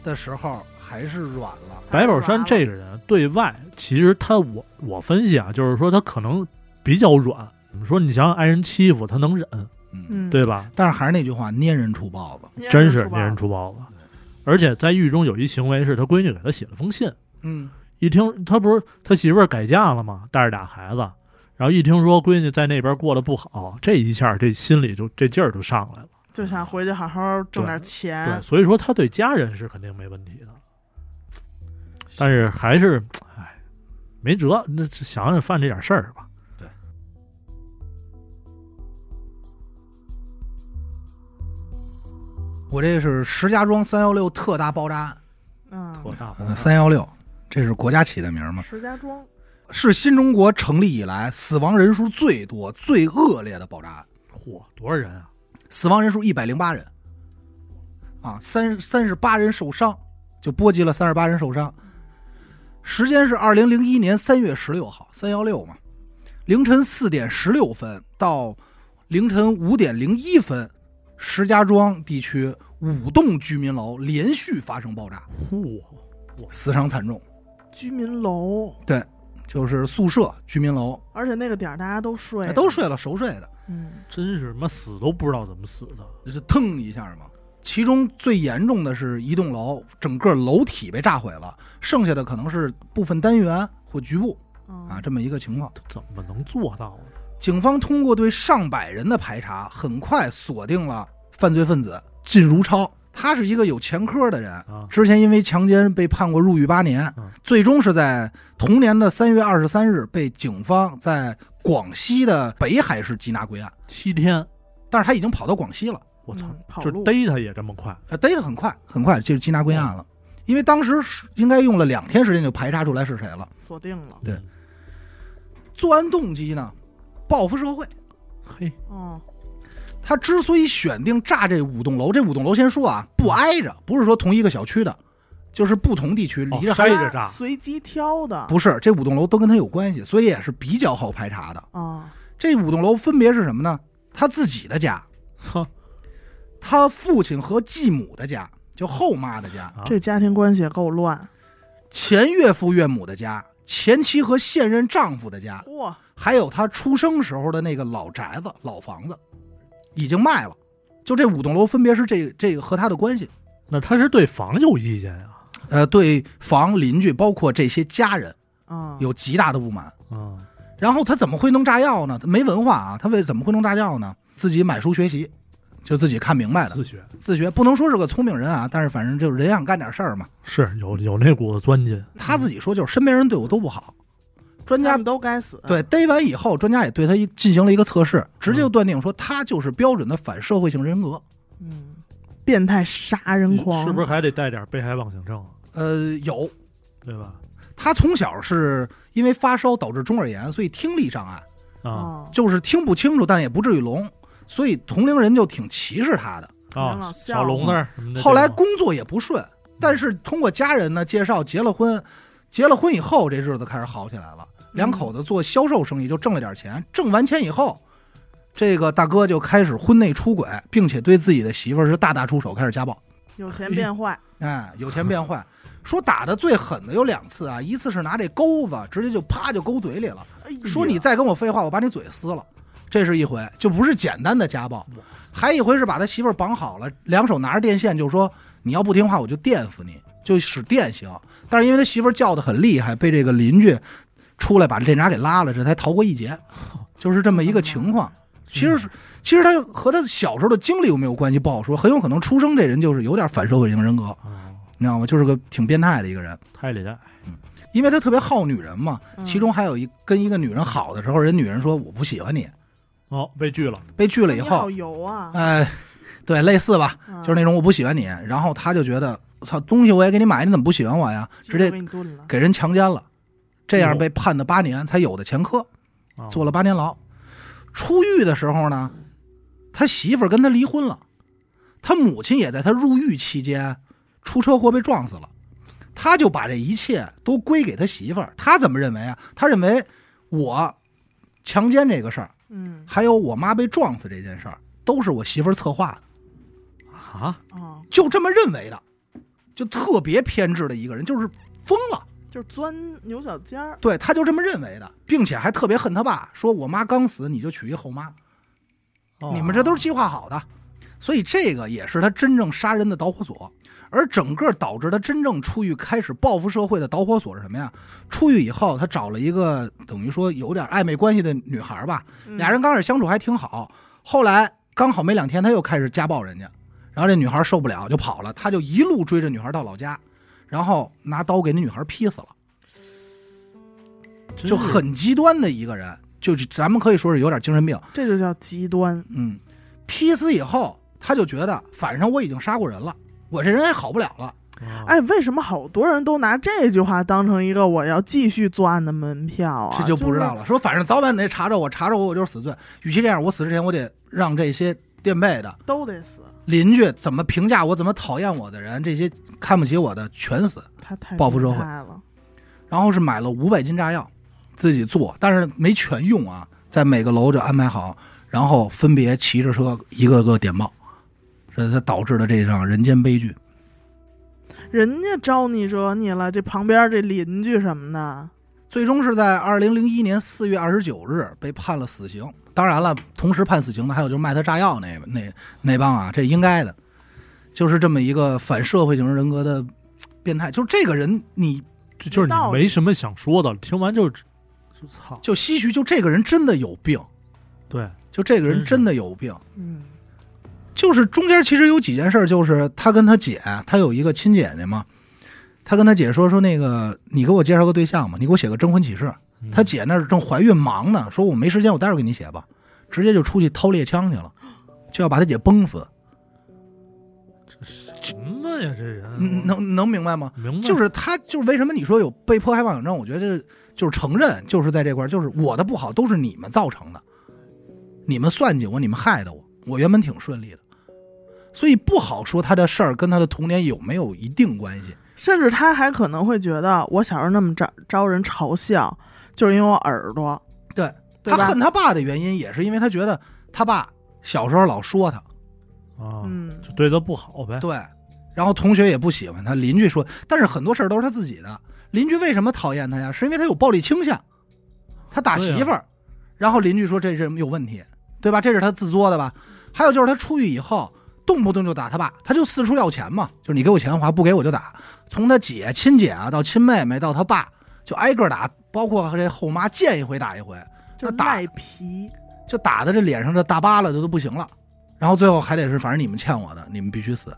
的时候，还是软了。白宝山这个人对外，其实他我我分析啊，就是说他可能比较软。怎么说？你想想挨人欺负，他能忍，嗯，嗯，对吧？但是还是那句话，捏人出豹子。捏人真是出包捏人出包子。而且在狱中有一行为是他闺女给他写了封信，嗯，一听他不是他媳妇儿改嫁了吗？带着俩孩子，然后一听说闺女在那边过得不好，这一下这心里就这劲儿就上来了。就想回去好好挣点对，钱，所以说他对家人是肯定没问题的，但是还是哎没辙，那想想犯这点事儿吧。我这是石家庄三幺六特大爆炸案，呃嗯多，大风三幺六，这是国家起的名儿吗？石家庄，是新中国成立以来死亡人数最多、最恶劣的爆炸案，嚯，多少人啊？死亡人数一百零八人，啊，三三十八人受伤，就波及了三十八人受伤。时间是二零零一年三月十六号，三幺六嘛，凌晨四点十六分到凌晨五点零一分，石家庄地区五栋居民楼连续发生爆炸，嚯，死伤惨重。居民楼，就是宿舍居民楼，而且那个点儿大家都睡，都，睡了熟睡的，嗯，真是他妈死都不知道怎么死的。就是腾一下嘛。其中最严重的是一栋楼，整个楼体被炸毁了，剩下的可能是部分单元或局部。嗯啊，这么一个情况。怎么能做到呢？警方通过对上百人的排查，很快锁定了犯罪分子靳如超。他是一个有前科的人，啊，之前因为强奸被判过入狱八年嗯，最终是在同年的三月二十三日被警方在广西的北海市缉拿归案。七天，但是他已经跑到广西了，我操嗯，跑就路逮他也这么快，呃，逮得很快，很快就缉拿归案了。因为当时是应该用了两天时间就排查出来是谁了。锁定了，对嗯，作案动机呢，报复社会。嘿，嗯，他之所以选定炸这五栋楼，这五栋楼先说啊，不挨着，不是说同一个小区的，就是不同地区，哦离着还筛有、着炸随机挑的，不是这五栋楼都跟他有关系，所以也是比较好排查的。啊，这五栋楼分别是什么呢？他自己的家，哼，他父亲和继母的家，就后妈的家，啊这家庭关系也够乱，前岳父岳母的家，前妻和现任丈夫的家，嚯，还有他出生时候的那个老宅子、老房子，已经卖了。就这五栋楼分别是这这个和他的关系。那他是对房有意见呀，呃，对房邻居，包括这些家人，啊，有极大的不满。嗯，然后他怎么会弄炸药呢？他没文化啊，他为怎么会弄炸药呢？自己买书学习，就自己看明白了，自学自学。不能说是个聪明人啊，但是反正就是人想干点事儿嘛。是有有那股子钻劲，他自己说就是身边人对我都不好，专嗯他家们都嗯该死，对逮完以后，专家也对他一进行了一个测试，直接就断定说他就是标准的反社会性人格。嗯，变态杀人狂，是不是还得带点被害妄想症啊？呃，有对吧？他从小是因为发烧导致中耳炎，所以听力障碍。啊啊？就是听不清楚，但也不至于聋，所以同龄人就挺歧视他的。人老啊，笑小龙那儿什么的这种，后来工作也不顺，但是通过家人呢介绍结了婚，结了婚以后这日子开始好起来了，两口子做销售生意就挣了点钱，挣完钱以后。这个大哥就开始婚内出轨，并且对自己的媳妇儿是大打出手，开始家暴。有钱变 坏，哎，有钱变坏， 说打的最狠的有两次啊，一次是拿这钩子直接就啪就勾嘴里了，哎呀说你再跟我废话，我把你嘴撕了。这是一回，就不是简单的家暴哇，还一回是把他媳妇儿绑好了，两手拿着电线，就说你要不听话，我就电死你，就使电刑。但是因为他媳妇儿叫的很厉害，被这个邻居出来把这闸给拉了，这才逃过 一劫，就是这么一个情况。嗯其实是，其实他和他小时候的经历有没有关系不好说，很有可能出生这人就是有点反社会型人格，啊，你知道吗？就是个挺变态的一个人，太厉害，因为他特别好女人嘛。嗯其中还有一跟一个女人好的时候，人女人说我不喜欢你，哦，被拒了，被拒了以你好后，油啊，哎，对，类似吧，啊就是那种我不喜欢你，然后他就觉得操东西我也给你买，你怎么不喜欢我呀？鸡直接都给你炖了，给人强奸了，这样哟被判的八年才有的前科，啊坐了八年牢。出狱的时候呢，他媳妇儿跟他离婚了，他母亲也在他入狱期间出车祸被撞死了，他就把这一切都归给他媳妇儿。他怎么认为啊？他认为我强奸这个事儿，嗯还有我妈被撞死这件事儿，都是我媳妇儿策划的，啊，啊，就这么认为的，就特别偏执的一个人，就是疯了。就是钻牛角尖儿，对，他就这么认为的，并且还特别恨他爸，说我妈刚死，你就娶一后妈，哦你们这都是计划好的。所以这个也是他真正杀人的导火索，而整个导致他真正出狱开始报复社会的导火索是什么呀？出狱以后，他找了一个等于说有点暧昧关系的女孩吧，嗯俩人刚开始相处还挺好，后来刚好没两天，他又开始家暴人家，然后这女孩受不了就跑了，他就一路追着女孩到老家，然后拿刀给那女孩劈死了。真就是很极端的一个人，就是咱们可以说是有点精神病。这就叫极端，嗯，劈死以后，他就觉得反正我已经杀过人了，我这人也好不了了。啊哎，为什么好多人都拿这句话当成一个我要继续作案的门票啊？这就不知道是了，说反正早晚得查着我，查着我我就是死罪。与其这样，我死之前我得让这些垫背的都得死，邻居怎么评价我，怎么讨厌我的人，这些看不起我的全死。他太报复社会变态了，然后是买了五百斤炸药，自己做，但是没全用啊，在每个楼就安排好，然后分别骑着车一个个点爆，这才导致了这场人间悲剧。人家招你惹你了，这旁边这邻居什么的，最终是在二零零一年四月二十九日被判了死刑。当然了，同时判死刑的还有就是卖他炸药那那那帮啊，这应该的，就是这么一个反社会型人格的变态。就是这个人，你就就是没道你理没什么想说的，听完就我操，就唏嘘，就这个人真的有病，对，就这个人真的有病。嗯就是中间其实有几件事儿，就是他跟他姐，他有一个亲姐姐嘛，他跟他姐说说那个，你给我介绍个对象嘛，你给我写个征婚启事。嗯他姐那儿正怀孕忙呢，说我没时间，我待会儿给你写吧，直接就出去掏猎枪去了，就要把他姐崩死。什么呀？这人嗯能能明白吗？明嗯白就是他，就是为什么你说有被迫害妄想症？我觉得这就是承认，就是在这块儿，就是我的不好都是你们造成的，你们算计我，你们害的我。我原本挺顺利的，所以不好说他的事儿跟他的童年有没有一定关系。甚至他还可能会觉得我小时候那么招招人嘲笑，就是因为我耳朵，对对他吧？恨他爸的原因，也是因为他觉得他爸小时候老说他，啊，哦嗯，就对他不好呗。对，然后同学也不喜欢他，邻居说，但是很多事儿都是他自己的。邻居为什么讨厌他呀？是因为他有暴力倾向，他打对啊媳妇儿，然后邻居说这人有问题，对吧？这是他自作的吧？还有就是他出狱以后，动不动就打他爸，他就四处要钱嘛，就是你给我钱花，不给我就打。从他姐、亲姐啊，到亲妹妹，到他爸，就挨个打，包括这后妈见一回打一回，就那打赖皮，就打的这脸上的大疤了，这都不行了。然后最后还得是，反正你们欠我的，你们必须死。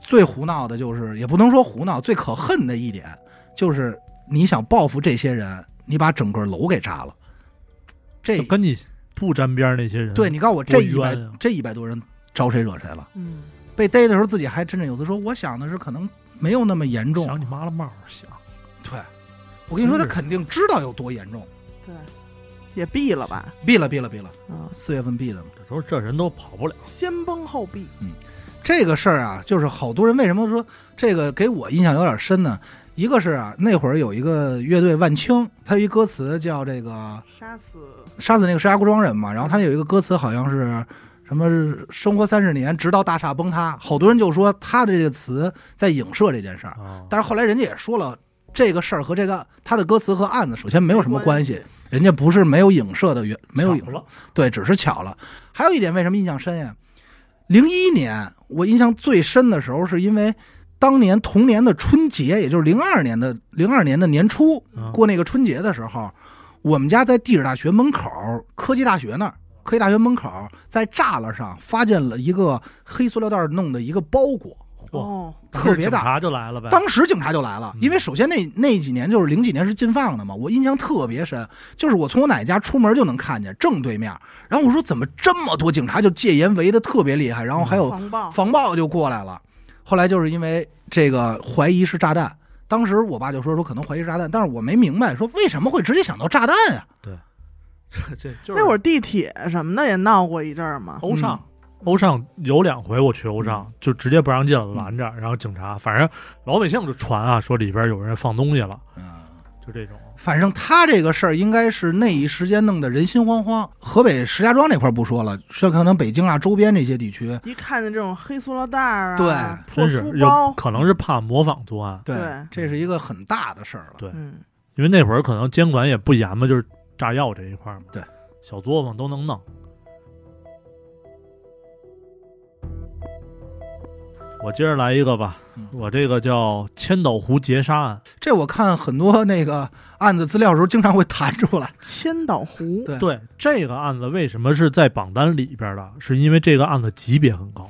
最胡闹的就是，也不能说胡闹，最可恨的一点就是，你想报复这些人，你把整个楼给炸了。这就跟你不沾边儿那些人，对你告诉我，这一多百冤啊这一百多人招谁惹谁了？嗯，被逮的时候自己还振振有词说，我想的是可能没有那么严重。想你妈了冒想，对，我跟你说，他真是肯定知道有多严重。对，也毙了吧，毙了，毙了，毙了，啊，四月份毙的嘛。这都是这人都跑不了。先崩后毙，这个事儿啊，就是好多人为什么说这个给我印象有点深呢？一个是啊，那会儿有一个乐队万青，他有一歌词叫这个杀死，杀死那个石家庄人嘛，然后他有一个歌词好像是什么生活三十年，直到大厦崩塌，好多人就说他的这个词在影射这件事儿，啊，但是后来人家也说了，这个事儿和这个他的歌词和案子首先没有什么没关关系系，人家不是没有影射的原没有影巧射。了，对，只是巧了。还有一点，为什么印象深呀？零一年我印象最深的时候，是因为当年同年的春节，也就是零二年的零二年的年初嗯过那个春节的时候，我们家在地质大学门口、科技大学那儿、科技大学门口，在栅栏上发现了一个黑塑料袋弄的一个包裹，嚯，哦，特别警大。察就来了呗。当时警察就来了，嗯因为首先那那几年就是零几年是禁放的嘛，我印象特别深，就是我从我奶奶家出门就能看见正对面，然后我说怎么这么多警察就戒严围的特别厉害，然后还有防爆，哦防暴就过来了，后来就是因为这个怀疑是炸弹，当时我爸就说说可能怀疑是炸弹，但是我没明白说为什么会直接想到炸弹啊，这这就是那会儿地铁什么的也闹过一阵儿嘛，欧尚，欧尚有两回我去欧尚，嗯就直接不让进了，拦着，然后警察，反正老百姓就传啊，说里边有人放东西了，嗯。就这种。反正他这个事儿应该是那一时间弄得人心惶惶。河北石家庄那块儿不说了，像可能北京啊周边这些地区，一看见这种黑塑料袋儿啊，对破真是书有包，可能是怕模仿作案，对，对这是一个很大的事儿了。对嗯，因为那会儿可能监管也不严嘛，就是炸药这一块嘛，对，小作坊都能弄。我接着来一个吧嗯，我这个叫千岛湖劫杀案，这我看很多那个案子资料的时候，经常会弹出来。千岛湖，对对这个案子为什么是在榜单里边的？是因为这个案子级别很高。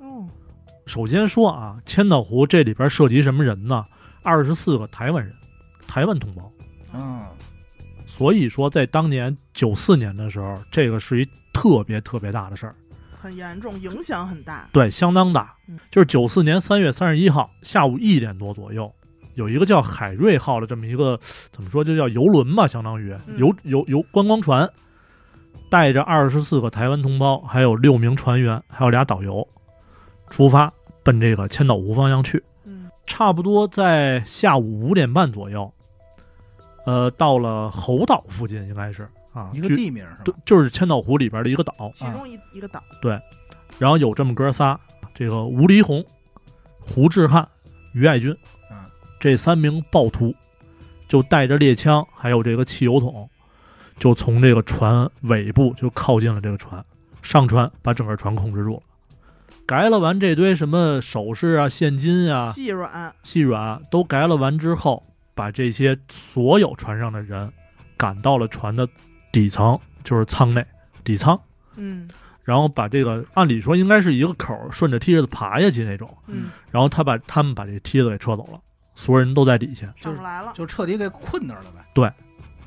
哦，首先说啊，千岛湖这里边涉及什么人呢？二十四个台湾人，台湾同胞。嗯，所以说，在当年九四年的时候，这个是一特别特别大的事儿，很严重，影响很大，对，相当大嗯。就是九四年三月三十一号下午一点多左右，有一个叫海瑞号的这么一个怎么说，就叫游轮吧，相当于嗯游游游观光船，带着二十四个台湾同胞，还有六名船员，还有俩导游，出发奔这个千岛湖方向去。嗯，差不多在下午五点半左右，呃，到了猴岛附近，应该是啊，一个据地名是对吧？，就是千岛湖里边的一个岛。其中一一个岛，然后有这么哥仨，这个吴黎红、胡志汉、于爱军，嗯，这三名暴徒就带着猎枪，还有这个汽油桶，就从这个船尾部就靠近了这个船，上船把整个船控制住了。改了完这堆什么首饰啊、现金啊、细软，细软都改了完之后，把这些所有船上的人赶到了船的底层，就是舱内底舱，嗯然后把这个按理说应该是一个口儿顺着梯子爬下去那种，嗯，然后他把他们把这梯子给撤走了，所有人都在底下，上不来了，就彻底给困那儿了呗。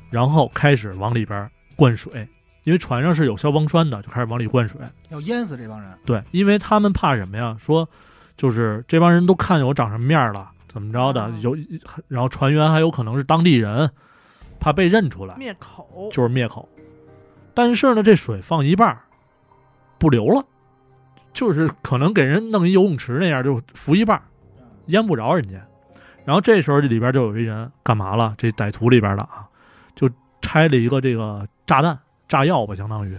然后开始往里边灌水，因为船上是有消防栓的，就开始往里灌水。要淹死这帮人，对，因为他们怕什么呀？说就是这帮人都看见我长什么样了，怎么着的哦？有，然后船员还有可能是当地人，怕被认出来，灭口，就是灭口。但是呢，这水放一半儿不流了，就是可能给人弄一游泳池那样，就浮一半儿，淹不着人家。然后这时候这里边就有一人干嘛了？这歹徒里边的啊，就拆了一个这个炸弹、炸药吧，相当于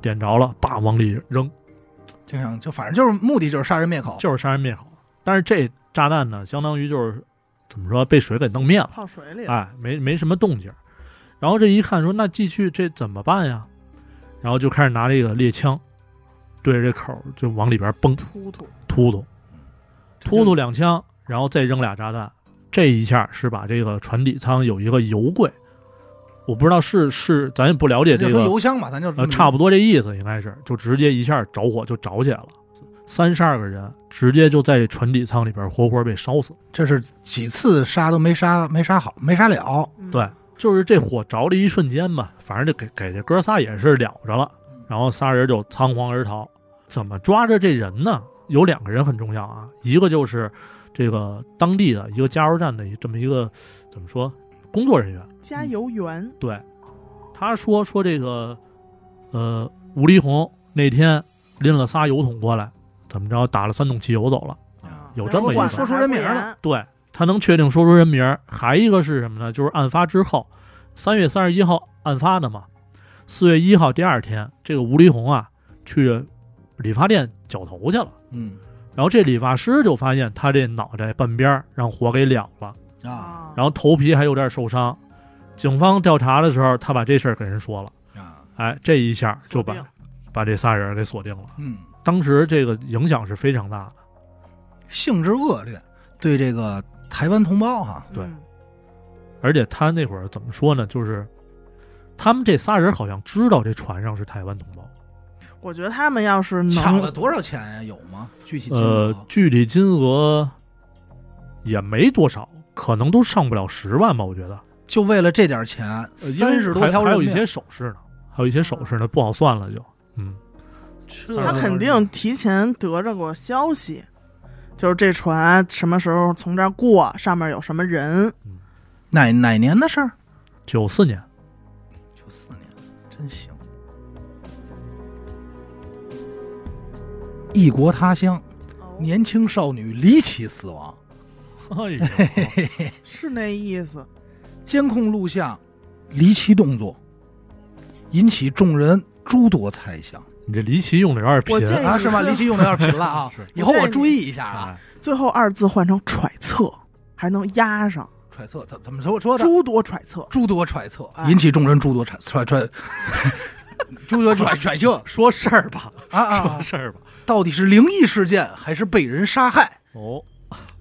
点着了，叭往里扔。就想就反正就是目的就是杀人灭口，就是杀人灭口。但是这炸弹呢，相当于就是怎么说被水给弄灭了，泡水 里了，哎，没没什么动静儿。然后这一看说，那继续这怎么办呀？然后就开始拿这个猎枪对着这口儿就往里边崩突突，突突嗯突突两枪，然后再扔俩炸弹。这一下是把这个船底舱有一个油柜，我不知道是是咱也不了解就这说个油箱吧，咱就呃，差不不多这意思应该是，就直接一下着火就着起来了，三十二个人直接就在这船底舱里边活活被烧死。这是几次杀都没杀没杀好没杀了，嗯对，就是这火着的一瞬间嘛，反正就给给这哥仨也是了着了，然后仨人就仓皇而逃。怎么抓着这人呢？有两个人很重要啊，一个就是这个当地的一个加油站的一这么一个怎么说工作人员，加油员，对，他说说这个，呃，吴立红那天拎了仨油桶过来，怎么着打了三桶汽油走了。嗯啊有这么一管个说出人名管了还对他能确定说出人名儿。还一个是什么呢？就是案发之后，三月三十一号案发的嘛，四月一号第二天，这个吴立红啊去理发店绞头去了。嗯然后这理发师就发现他这脑袋半边儿让火给燎了，不严啊，啊然后头皮还有点受伤。警方调查的时候，他把这事儿给人说了。嗯啊哎，这一下就把锁定把这仨人给锁定了。嗯，当时这个影响是非常大的，性质恶劣，对这个台湾同胞哈，对嗯而且他那会儿怎么说呢？就是他们这仨人好像知道这船上是台湾同胞。我觉得他们要是抢了能，多少钱呀？有吗？具体金呃额，？具体金额也没多少，可能都上不了十万吧，我觉得。就为了这点钱，呃因为三十多还条还人有一命些，首饰呢，还有一些首饰呢，不好算了就。嗯，这他肯定提前得着过消息，就是这船什么时候从这儿过，上面有什么人，哪哪年的事儿？九四年，九四年，真行。异国他乡，年轻少女离奇死亡。哎呦，是那意思，监控录像，离奇动作，引起众人诸多猜想 你这离奇用的有点我贫建议啊！是吗？是离奇用的有点频了啊是！以后我注意一下啊！啊！最后二字换成揣测，还能压上揣测怎怎么说说的？诸多揣测，诸多揣测，哎引起众人诸多揣揣揣，诸多揣揣测哎说事儿吧，啊啊！啊说事儿吧。到底是灵异事件还是被人杀害？哦，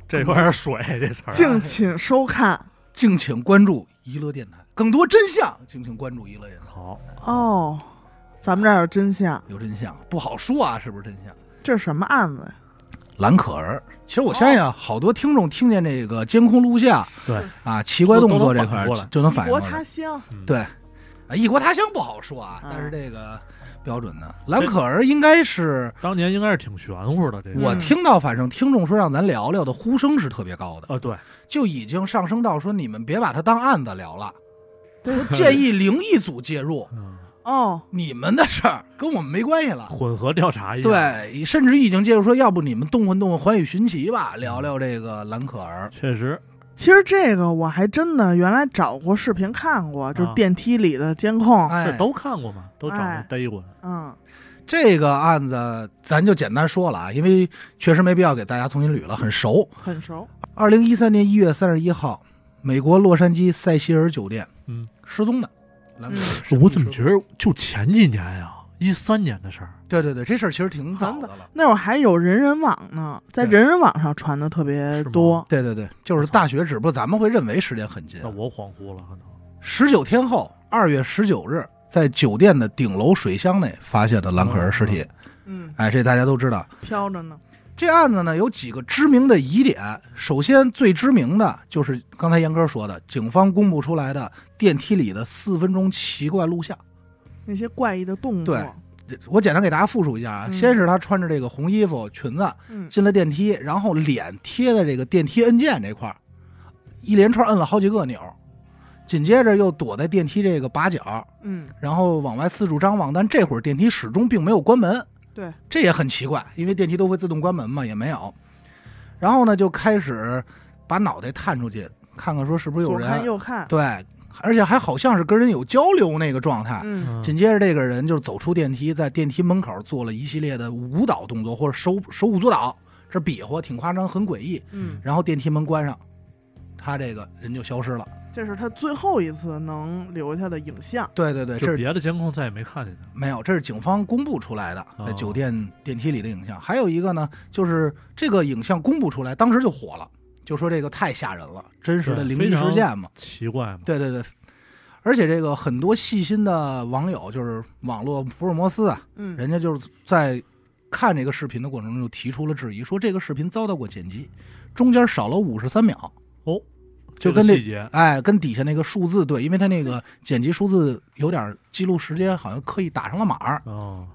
这有点水，这词儿啊。敬请收看敬请关注娱乐电台，更多真相，敬请关注娱乐电台。好，哦。咱们这儿有真相，有真相不好说啊，是不是真相？这是什么案子呀？蓝可儿，其实我相信啊，好多听众听见这个监控录像哦对，啊，奇怪动作这块都能儿反应过来就能异反应啊国过来他。乡，嗯对，啊异国他乡不好说啊，嗯但是这个标准呢，嗯蓝可儿应该是当年应该是挺玄乎的，这个我听到，反正听众说让咱聊聊的呼声是特别高的，啊，对，就已经上升到说你们别把它当案子聊 了，对建议灵异组介入，嗯，哦，你们的事儿跟我们没关系了。混合调查一下，，对，甚至已经介入说，要不你们动换动换《寰宇寻奇》吧，聊聊这个蓝可儿。确实，其实这个我还真的原来找过视频看过，就是啊电梯里的监控，哎这，哦都看过嘛，都找哎人逮过，嗯，这个案子咱就简单说了啊，因为确实没必要给大家重新捋了，很熟。很熟，二零一三年一月三十一号，美国洛杉矶塞西尔酒店，嗯，哦失踪的蓝可儿嗯神秘我怎么失觉踪得就前几年呀，一三年的事儿，对对对，这事儿其实挺早的了。那会儿还有人人网呢，在对人人网上传的特别是吗多，对对对，就是大学，只不过咱们会认为时间很近啊哦那。我恍惚了，可能十九天后，二月十九日，在酒店的顶楼水箱内发现的兰可儿尸哦体。嗯，哎，这大家都知道。飘着呢。这案子呢有几个知名的疑点，首先最知名的就是刚才严哥说的，警方公布出来的电梯里的四分钟奇怪录像。那些怪异的动作，对我简单给大家复述一下啊，嗯先是她穿着这个红衣服裙子嗯，进了电梯，然后脸贴在这个电梯按键这块儿，一连串摁了好几个钮，紧接着又躲在电梯这个把角，嗯，然后往外四处张望，但这会儿电梯始终并没有关门。对，这也很奇怪，因为电梯都会自动关门嘛，也没有。然后呢，就开始把脑袋探出去，看看说是不是有左看人。右看，对，而且还好像是跟人有交流那个状态。嗯，嗯紧接着，这个人就走出电梯，在电梯门口做了一系列的舞蹈动作，或者手手舞足蹈，这比划挺夸张，很诡异。嗯，然后电梯门关上，他这个人就消失了。这是他最后一次能留下的影像。对对对，这就是别的监控再也没看见他。没有，这是警方公布出来的，哦在酒店电梯里的影像。还有一个呢，就是这个影像公布出来，当时就火了，就说这个太吓人了，真实的灵对异非常事件嘛。奇怪嘛，对对对，而且这个很多细心的网友，就是网络福尔摩斯啊，嗯，人家就是在看这个视频的过程中就提出了质疑，说这个视频遭到过剪辑，中间少了五十三秒。哦，就这个跟那细节，哎，跟底下那个数字对，因为他那个剪辑数字有点记录时间，好像刻意打上了码儿。哦，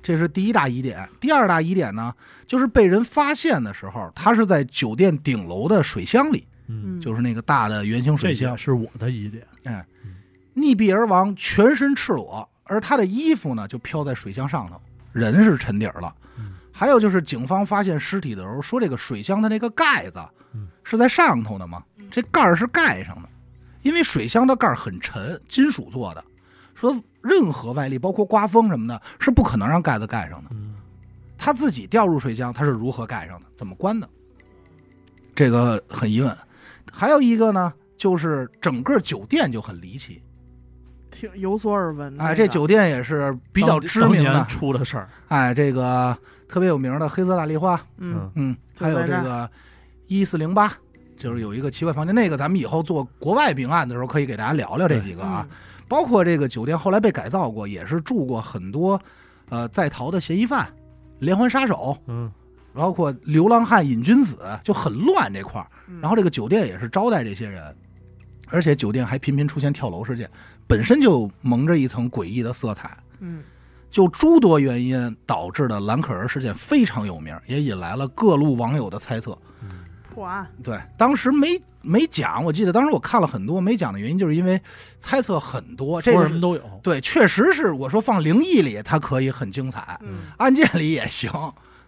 这是第一大疑点。第二大疑点呢，就是被人发现的时候，他是在酒店顶楼的水箱里，嗯，嗯就是那个大的圆形这水也箱，是我的疑点，溺毙而亡，全身赤裸，而他的衣服呢就飘在水箱上头，人是沉底儿了嗯。还有就是，警方发现尸体的时候说，这个水箱的那个盖子嗯是在上头的嘛，这盖儿是盖上的，因为水箱的盖儿很沉，金属做的，说任何外力，包括刮风什么的，是不可能让盖子盖上的。嗯，他自己掉入水箱，他是如何盖上的？怎么关的？这个很疑问。还有一个呢，就是整个酒店就很离奇。听有所耳闻。哎，这酒店也是比较当知名当年的。出的事儿，哎，这个特别有名的黑色大丽花，嗯，嗯，就还有在这这儿个一四零八，就是有一个奇怪房间。那个咱们以后做国外命案的时候，可以给大家聊聊这几个啊。嗯包括这个酒店后来被改造过，也是住过很多呃在逃的嫌疑犯、连环杀手，嗯，包括流浪汉、瘾君子，就很乱这块儿。嗯，然后这个酒店也是招待这些人，而且酒店还频频出现跳楼事件，本身就蒙着一层诡异的色彩。嗯，就诸多原因导致的兰可儿事件非常有名，也引来了各路网友的猜测。嗯破案，对，当时没没讲，我记得当时我看了很多没讲的原因，就是因为猜测很多。这说个什么是都有，对，确实是我说放灵异里它可以很精彩，嗯，案件里也行，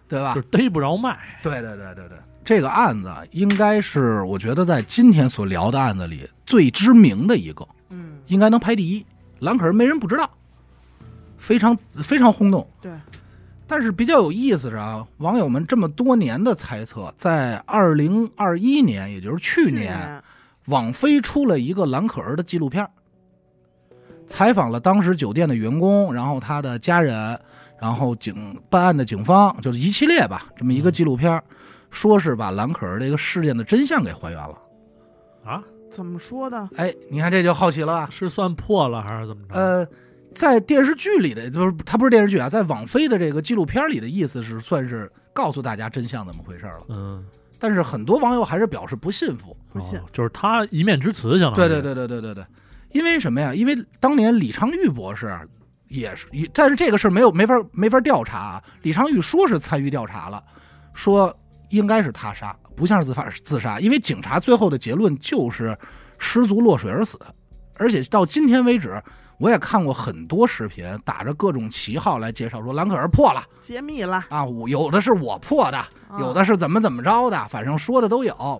对吧就？逮不着卖，对对对对对，这个案子应该是我觉得在今天所聊的案子里最知名的一个，嗯，应该能排第一。兰可儿没人不知道，非常非常轰动。对，但是比较有意思是啊，网友们这么多年的猜测，在二零二一年，也就是去去年，网飞出了一个兰可儿的纪录片儿，采访了当时酒店的员工，然后他的家人，然后警办案的警方，就是一系列吧，这么一个纪录片儿，说是把兰可儿这个事件的真相给还原了。啊，怎么说的？哎，你看这就好奇了吧？是算破了还是怎么着？呃，在电视剧里的，就是它不是电视剧啊，在网飞的这个纪录片里的意思是，算是告诉大家真相怎么回事了。嗯，但是很多网友还是表示不信服。不信哦，就是他一面之词，相当于对对，对对对对对，因为什么呀？因为当年李昌钰博士啊也是，也但是这个事儿没有没法没法调查啊。李昌钰说是参与调查了，说应该是他杀，不像是自发自杀，因为警察最后的结论就是失足落水而死。而且到今天为止，我也看过很多视频，打着各种旗号来介绍说兰可儿破了揭秘了，啊，我有的是我破的，啊有的是怎么怎么着的，反正说的都有。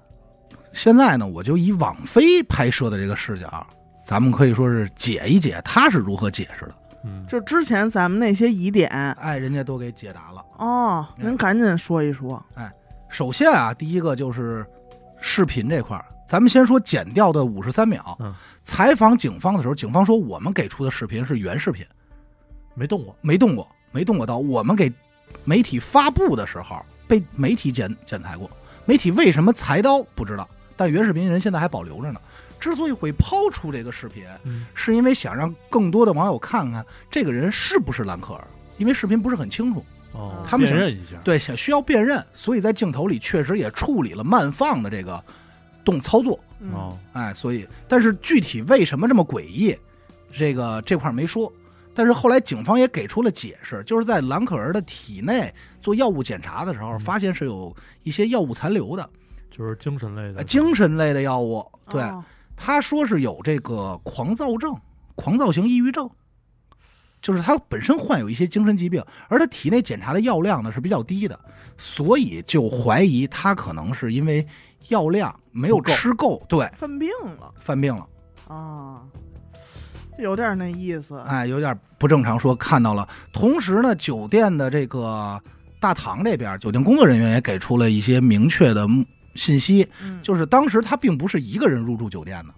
现在呢，我就以网飞拍摄的这个视角，咱们可以说是解一解他是如何解释的。嗯，就之前咱们那些疑点哎，人家都给解答了。哦，嗯您赶紧说一说。首先啊，第一个就是视频这块儿，咱们先说剪掉的五十三秒。嗯采访警方的时候，警方说我们给出的视频是原视频，没动过，没动过，没动过刀。我们给媒体发布的时候，被媒体剪剪裁过。媒体为什么裁刀不知道，但原视频人现在还保留着呢。之所以会抛出这个视频，嗯是因为想让更多的网友看看这个人是不是兰克尔，因为视频不是很清楚，哦，他们想辨认一下，对，想需要辨认，所以在镜头里确实也处理了慢放的这个动操作，嗯哦，哎，所以但是具体为什么这么诡异，这个这块儿没说。但是后来警方也给出了解释，就是在兰克尔的体内做药物检查的时候，嗯发现是有一些药物残留的，就是精神类呃的，精神类的药物。对，哦他说是有这个狂躁症、狂躁型抑郁症，就是他本身患有一些精神疾病，而他体内检查的药量呢是比较低的，所以就怀疑他可能是因为药量没有不够吃够，对，犯病了犯病了。啊，有点那意思。哎，有点不正常说看到了。同时呢，酒店的这个大堂这边，酒店工作人员也给出了一些明确的信息，嗯，就是当时他并不是一个人入住酒店的，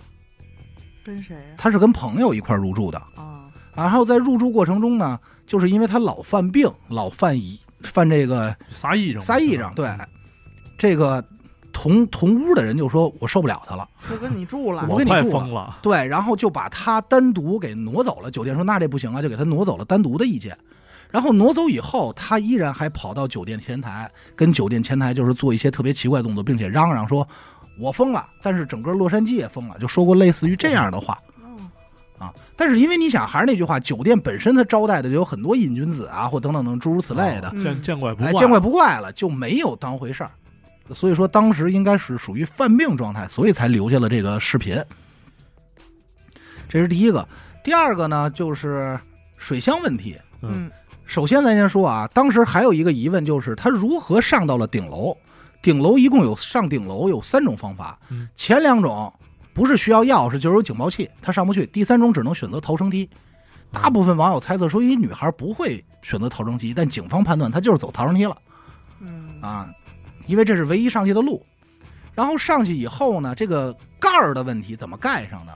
跟谁呀？他是跟朋友一块儿入住的。啊，然后在入住过程中呢，就是因为他老犯病，老犯疑犯这个撒癔症，嗯撒癔症，对，这个同同屋的人就说我受不了他了，就跟你住了我。我跟你快住了疯了，对，然后就把他单独给挪走了。酒店说那这不行啊，就给他挪走了单独的意见。然后挪走以后，他依然还跑到酒店前台，跟酒店前台就是做一些特别奇怪的动作，并且嚷嚷说：“我疯了。”但是整个洛杉矶也疯了，就说过类似于这样的话哦啊。但是因为你想，还是那句话，酒店本身它招待的就有很多瘾君子啊，或等等等诸如此类的哦，嗯见见怪不哎，怪，见怪不怪了，就没有当回事儿。所以说，当时应该是属于犯病状态，所以才留下了这个视频。这是第一个，第二个呢，就是水箱问题。嗯嗯首先，咱先说啊，当时还有一个疑问，就是他如何上到了顶楼？顶楼一共有上顶楼有三种方法嗯，前两种不是需要钥匙就是有警报器，他上不去；第三种只能选择逃生梯。大部分网友猜测说，一女孩不会选择逃生梯，但警方判断她就是走逃生梯了。嗯啊，因为这是唯一上去的路。然后上去以后呢，这个盖儿的问题怎么盖上的？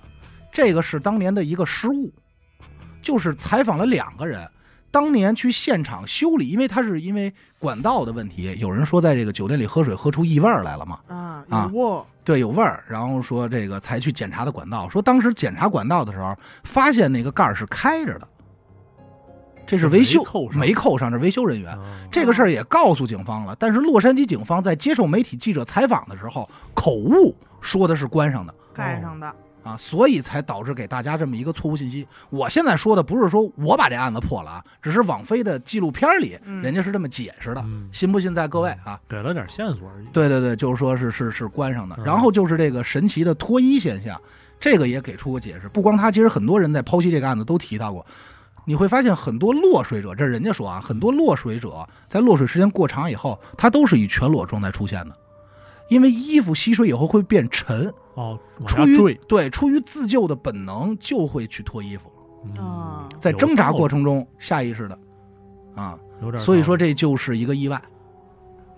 这个是当年的一个失误，就是采访了两个人，当年去现场修理，因为他是因为管道的问题，有人说在这个酒店里喝水喝出异味儿来了嘛，啊啊有过对，有味儿，然后说这个才去检查的管道，说当时检查管道的时候，发现那个盖儿是开着的，这是维修没扣上没扣上，这维修人员。啊这个事儿也告诉警方了，但是洛杉矶警方在接受媒体记者采访的时候，口误说的是关上的盖上的，啊，所以才导致给大家这么一个错误信息。我现在说的不是说我把这案子破了啊，只是网飞的纪录片里嗯人家是这么解释的，嗯信不信在各位啊。给了点线索而已，对对对，就是说是是是关上的。嗯然后就是这个神奇的脱衣现象，这个也给出过解释。不光他，其实很多人在剖析这个案子都提到过。你会发现很多落水者，这是人家说啊，很多落水者在落水时间过长以后，他都是以全裸状态出现的，因为衣服吸水以后会变沉，哦，往出下于坠，对出于自救的本能就会去脱衣服，啊嗯，在有挣扎道理过程中下意识的啊，有点，所以说。这就是一个意外。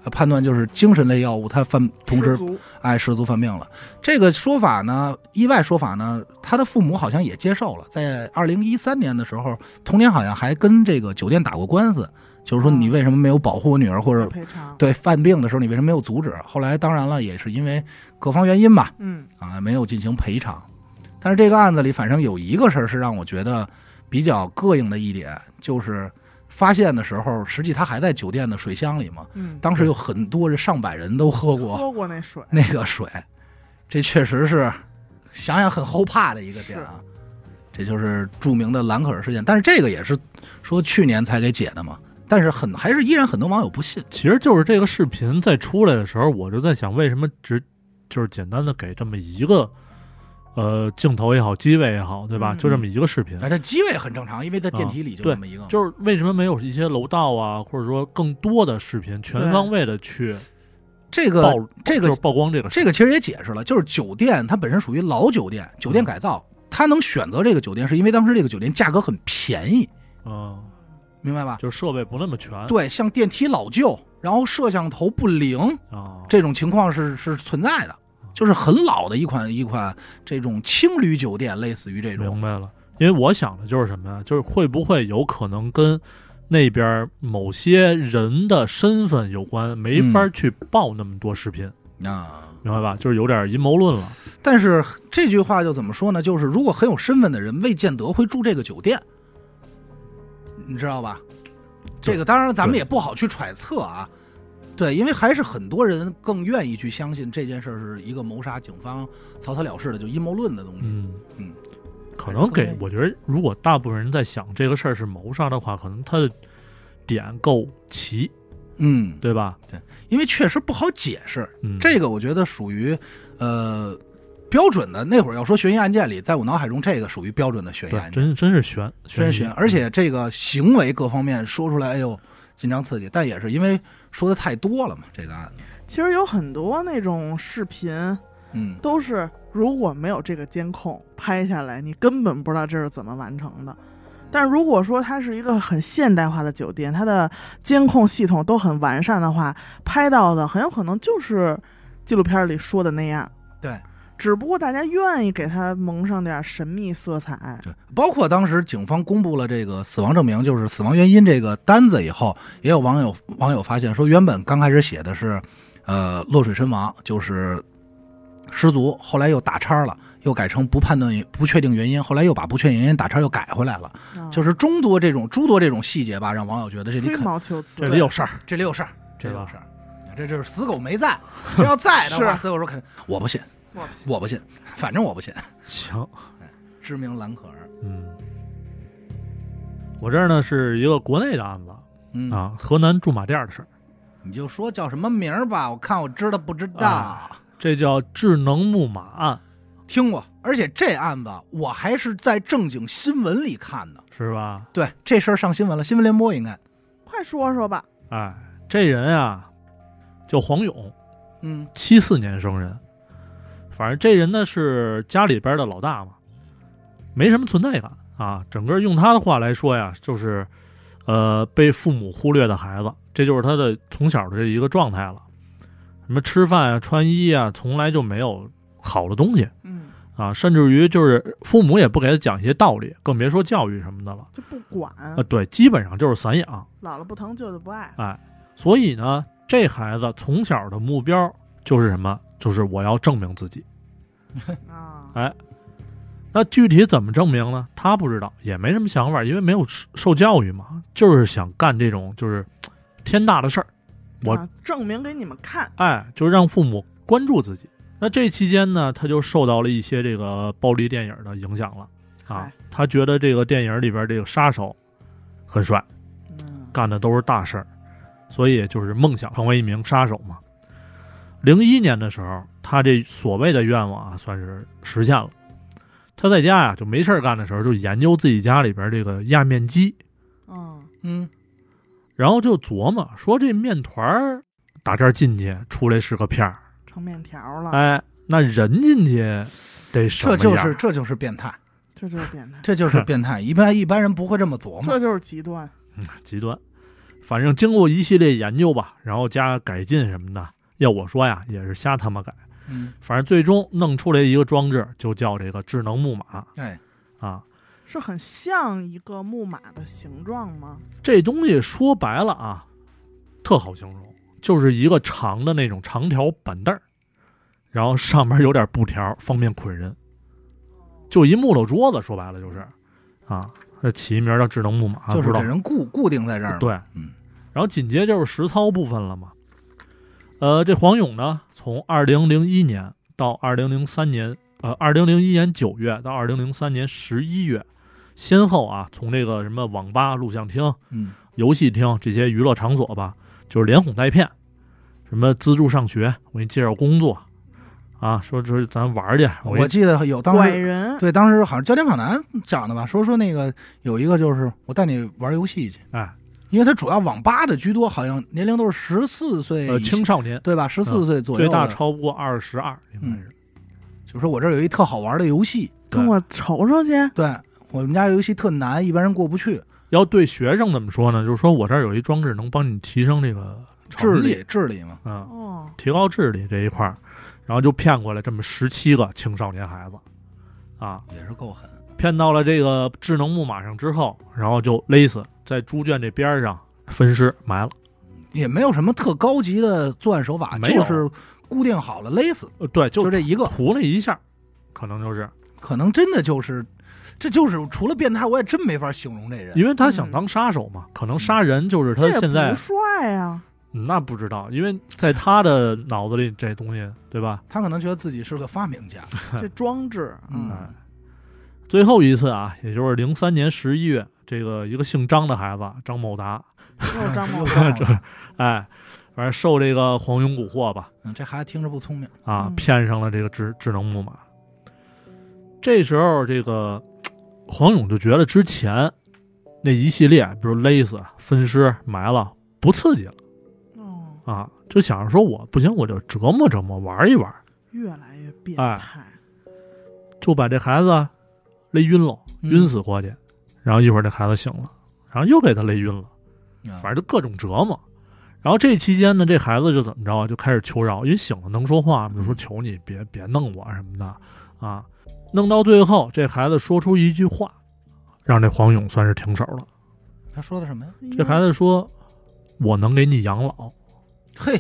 呃判断就是精神类药物，它犯同时失足哎，失足犯病了。这个说法呢，意外说法呢，他的父母好像也接受了。在二零一三年的时候，童年好像还跟这个酒店打过官司，就是说嗯你为什么没有保护我女儿，或要者赔偿，对犯病的时候你为什么没有阻止？后来当然了，也是因为各方原因吧，嗯啊，没有进行赔偿。但是这个案子里，反正有一个事儿是让我觉得比较膈应的一点，就是发现的时候，实际他还在酒店的水箱里嘛。嗯，当时有很多人，上百人都喝过，喝过那水， 那个水，这确实是想想很后怕的一个点啊。这就是著名的兰可儿事件，但是这个也是说去年才给解的嘛。但是很还是依然很多网友不信，其实就是这个视频在出来的时候，我就在想，为什么只就是简单的给这么一个呃镜头也好，机位也好，对吧？嗯就这么一个视频，哎，它机位很正常，因为在电梯里就啊对那么一个嘛。就是为什么没有一些楼道啊，或者说更多的视频全方位的去这曝个，这就个是曝光这个事这个其实也解释了，就是酒店它本身属于老酒店，酒嗯店改造，它能选择这个酒店是因为当时这个酒店价格很便宜，嗯，明白吧？就是设备不那么全，对，像电梯老旧，然后摄像头不灵，啊，这种情况是是存在的，就是很老的一款一款这种青旅酒店，类似于这种明白了。因为我想的就是什么呀？就是会不会有可能跟那边某嗯些人的身份有关，没法去报那么多视频，啊。明白吧？就是有点阴谋论了。但是这句话就怎么说呢？就是如果很有身份的人，未见得会住这个酒店，你知道吧？对这个当然咱们也不好去揣测啊。对，因为还是很多人更愿意去相信这件事儿是一个谋杀、警方草草了事的，就阴谋论的东西。嗯嗯，可能给对我觉得，如果大部分人在想这个事儿是谋杀的话，可能他的点够齐，嗯，对吧？因为确实不好解释，嗯，这个我觉得属于呃标准的。那会儿要说悬疑案件里，在我脑海中这个属于标准的悬疑对案，件，真真是悬，真悬悬。疑嗯而且这个行为各方面说出来，哎呦紧张刺激，但也是因为说的太多了嘛，这个案子，其实有很多那种视频嗯，都是，如果没有这个监控拍下来，你根本不知道这是怎么完成的。但如果说它是一个很现代化的酒店，它的监控系统都很完善的话，拍到的很有可能就是纪录片里说的那样。对。只不过大家愿意给它蒙上点神秘色彩，对，包括当时警方公布了这个死亡证明，就是死亡原因这个单子以后，也有网友网友发现说，原本刚开始写的是，呃，落水身亡，就是失足，后来又打叉了，又改成不判断原不确定原因，后来又把不确定原因打叉又改回来了，啊就是诸多这种诸多这种细节吧，让网友觉得这里吹肯毛求疵。这里有事儿，这里有事儿，这对里有吧事儿。这就是死狗没在，这要在的 话，是死狗说肯定我不信，我不信我不信，反正我不信。 行，知名蓝可儿，嗯。我这儿呢是一个国内的案子嗯，啊，河南驻马店儿的事儿，你就说叫什么名儿吧，我看我知道不知道。啊这叫智能木马案，听过，而且这案子我还是在正经新闻里看的。是吧？对，这事儿上新闻了，新闻联播应该。快说说吧，哎，这人啊叫黄勇，嗯七四年生人，反正这人呢是家里边的老大嘛，没什么存在感啊。整个用他的话来说呀，就是呃被父母忽略的孩子，这就是他的从小的这一个状态了。什么吃饭啊、穿衣啊，从来就没有好的东西嗯，啊，甚至于就是父母也不给他讲一些道理，更别说教育什么的了。就不管，啊，对，基本上就是散养。姥姥不疼，舅舅不爱，所以呢，这孩子从小的目标就是什么？就是我要证明自己。啊，哎那具体怎么证明呢？他不知道，也没什么想法，因为没有受受教育嘛，就是想干这种就是嘖天大的事儿，我啊证明给你们看，哎，就让父母关注自己。那这期间呢，他就受到了一些这个暴力电影的影响了啊嗨，他觉得这个电影里边这个杀手很帅，嗯，干的都是大事儿，所以就是梦想成为一名杀手嘛。零一年的时候，他这所谓的愿望啊，算是实现了。他在家呀、就没事儿干的时候，就研究自己家里边这个压面机，嗯，嗯，然后就琢磨说这面团儿打这儿进去出来是个片儿，成面条了，哎，那人进去得什么啊这样？就是这就是变态，这就是变态， 这就是变 态。一般一般人不会这么琢磨这。就是极端，嗯极端。反正经过一系列研究吧，然后加改进什么的，要我说呀，也是瞎他妈改。嗯，反正最终弄出来一个装置，就叫这个智能木马哎，啊。是很像一个木马的形状吗？这东西说白了啊，特好形容，就是一个长的那种长条板凳儿，然后上面有点布条，方便捆人，就一木头桌子。说白了就是啊，这起一名叫智能木马，就不是知道给人固固定在这儿了。对，嗯然后紧接着就是实操部分了嘛。呃，这黄勇呢，从二零零一年到二零零三年，呃，二零零一年九月到二零零三年十一月，先后啊，从这个什么网吧、录像厅、嗯游戏厅这些娱乐场所吧，就是连哄带骗，什么资助上学，我给你介绍工作，啊，说这咱玩儿去，我给我记得有当拐时人，对当时好像《焦点访谈》讲的吧，说说那个有一个就是我带你玩游戏去，哎，因为他主要网吧的居多，好像年龄都是十四岁以呃青少年对吧？十四岁左右最的，嗯大超不过二十二，应该是，就说我这儿有一特好玩的游戏，跟我瞅瞅去，嗯对我们家游戏特难，一般人过不去。要对学生怎么说呢？就是说我这儿有一装置能帮你提升这个成智绩力，智力嘛，啊、哦，提高智力这一块儿，然后就骗过来这么十七个青少年孩子，啊，也是够狠。骗到了这个智能木马上之后，然后就勒死在猪圈这边儿上分尸埋了。也没有什么特高级的作案手法，没有就是固定好了勒死，呃，对，就就这一个，涂了一下，可能就是可能真的就是，这就是除了变态，我也真没法形容这人。因为他想当杀手嘛，可能杀人就是他这也现在不帅 啊，嗯那不知道，因为在他的脑子里这东西，对吧？他可能觉得自己是个发明家，这装 置，嗯哎，最后一次啊，也就是零三年十一月，这个一个姓张的孩子张某达，嗯又是 张某又是张某达哎，反正受这个黄庸蛊惑吧，嗯，这孩子听着不聪明，啊嗯，骗上了这个智智能木马。这时候，这个黄勇就觉得之前那一系列，比如勒死、分尸、埋了，不刺激了哦，啊，就想着说我不行，我就折磨折磨，玩一玩，越来越变哎态，就把这孩子勒晕了，嗯晕死过去。然后一会儿这孩子醒了，然后又给他勒晕了，反反正就各种折磨。然后这期间呢，这孩子就怎么着啊，就开始求饶，因为醒了能说话嘛，就说求你别别弄我什么的啊。弄到最后，这孩子说出一句话，让这黄勇算是停手了。他说的什么呀？这孩子说：“我能给你养老。嘿，”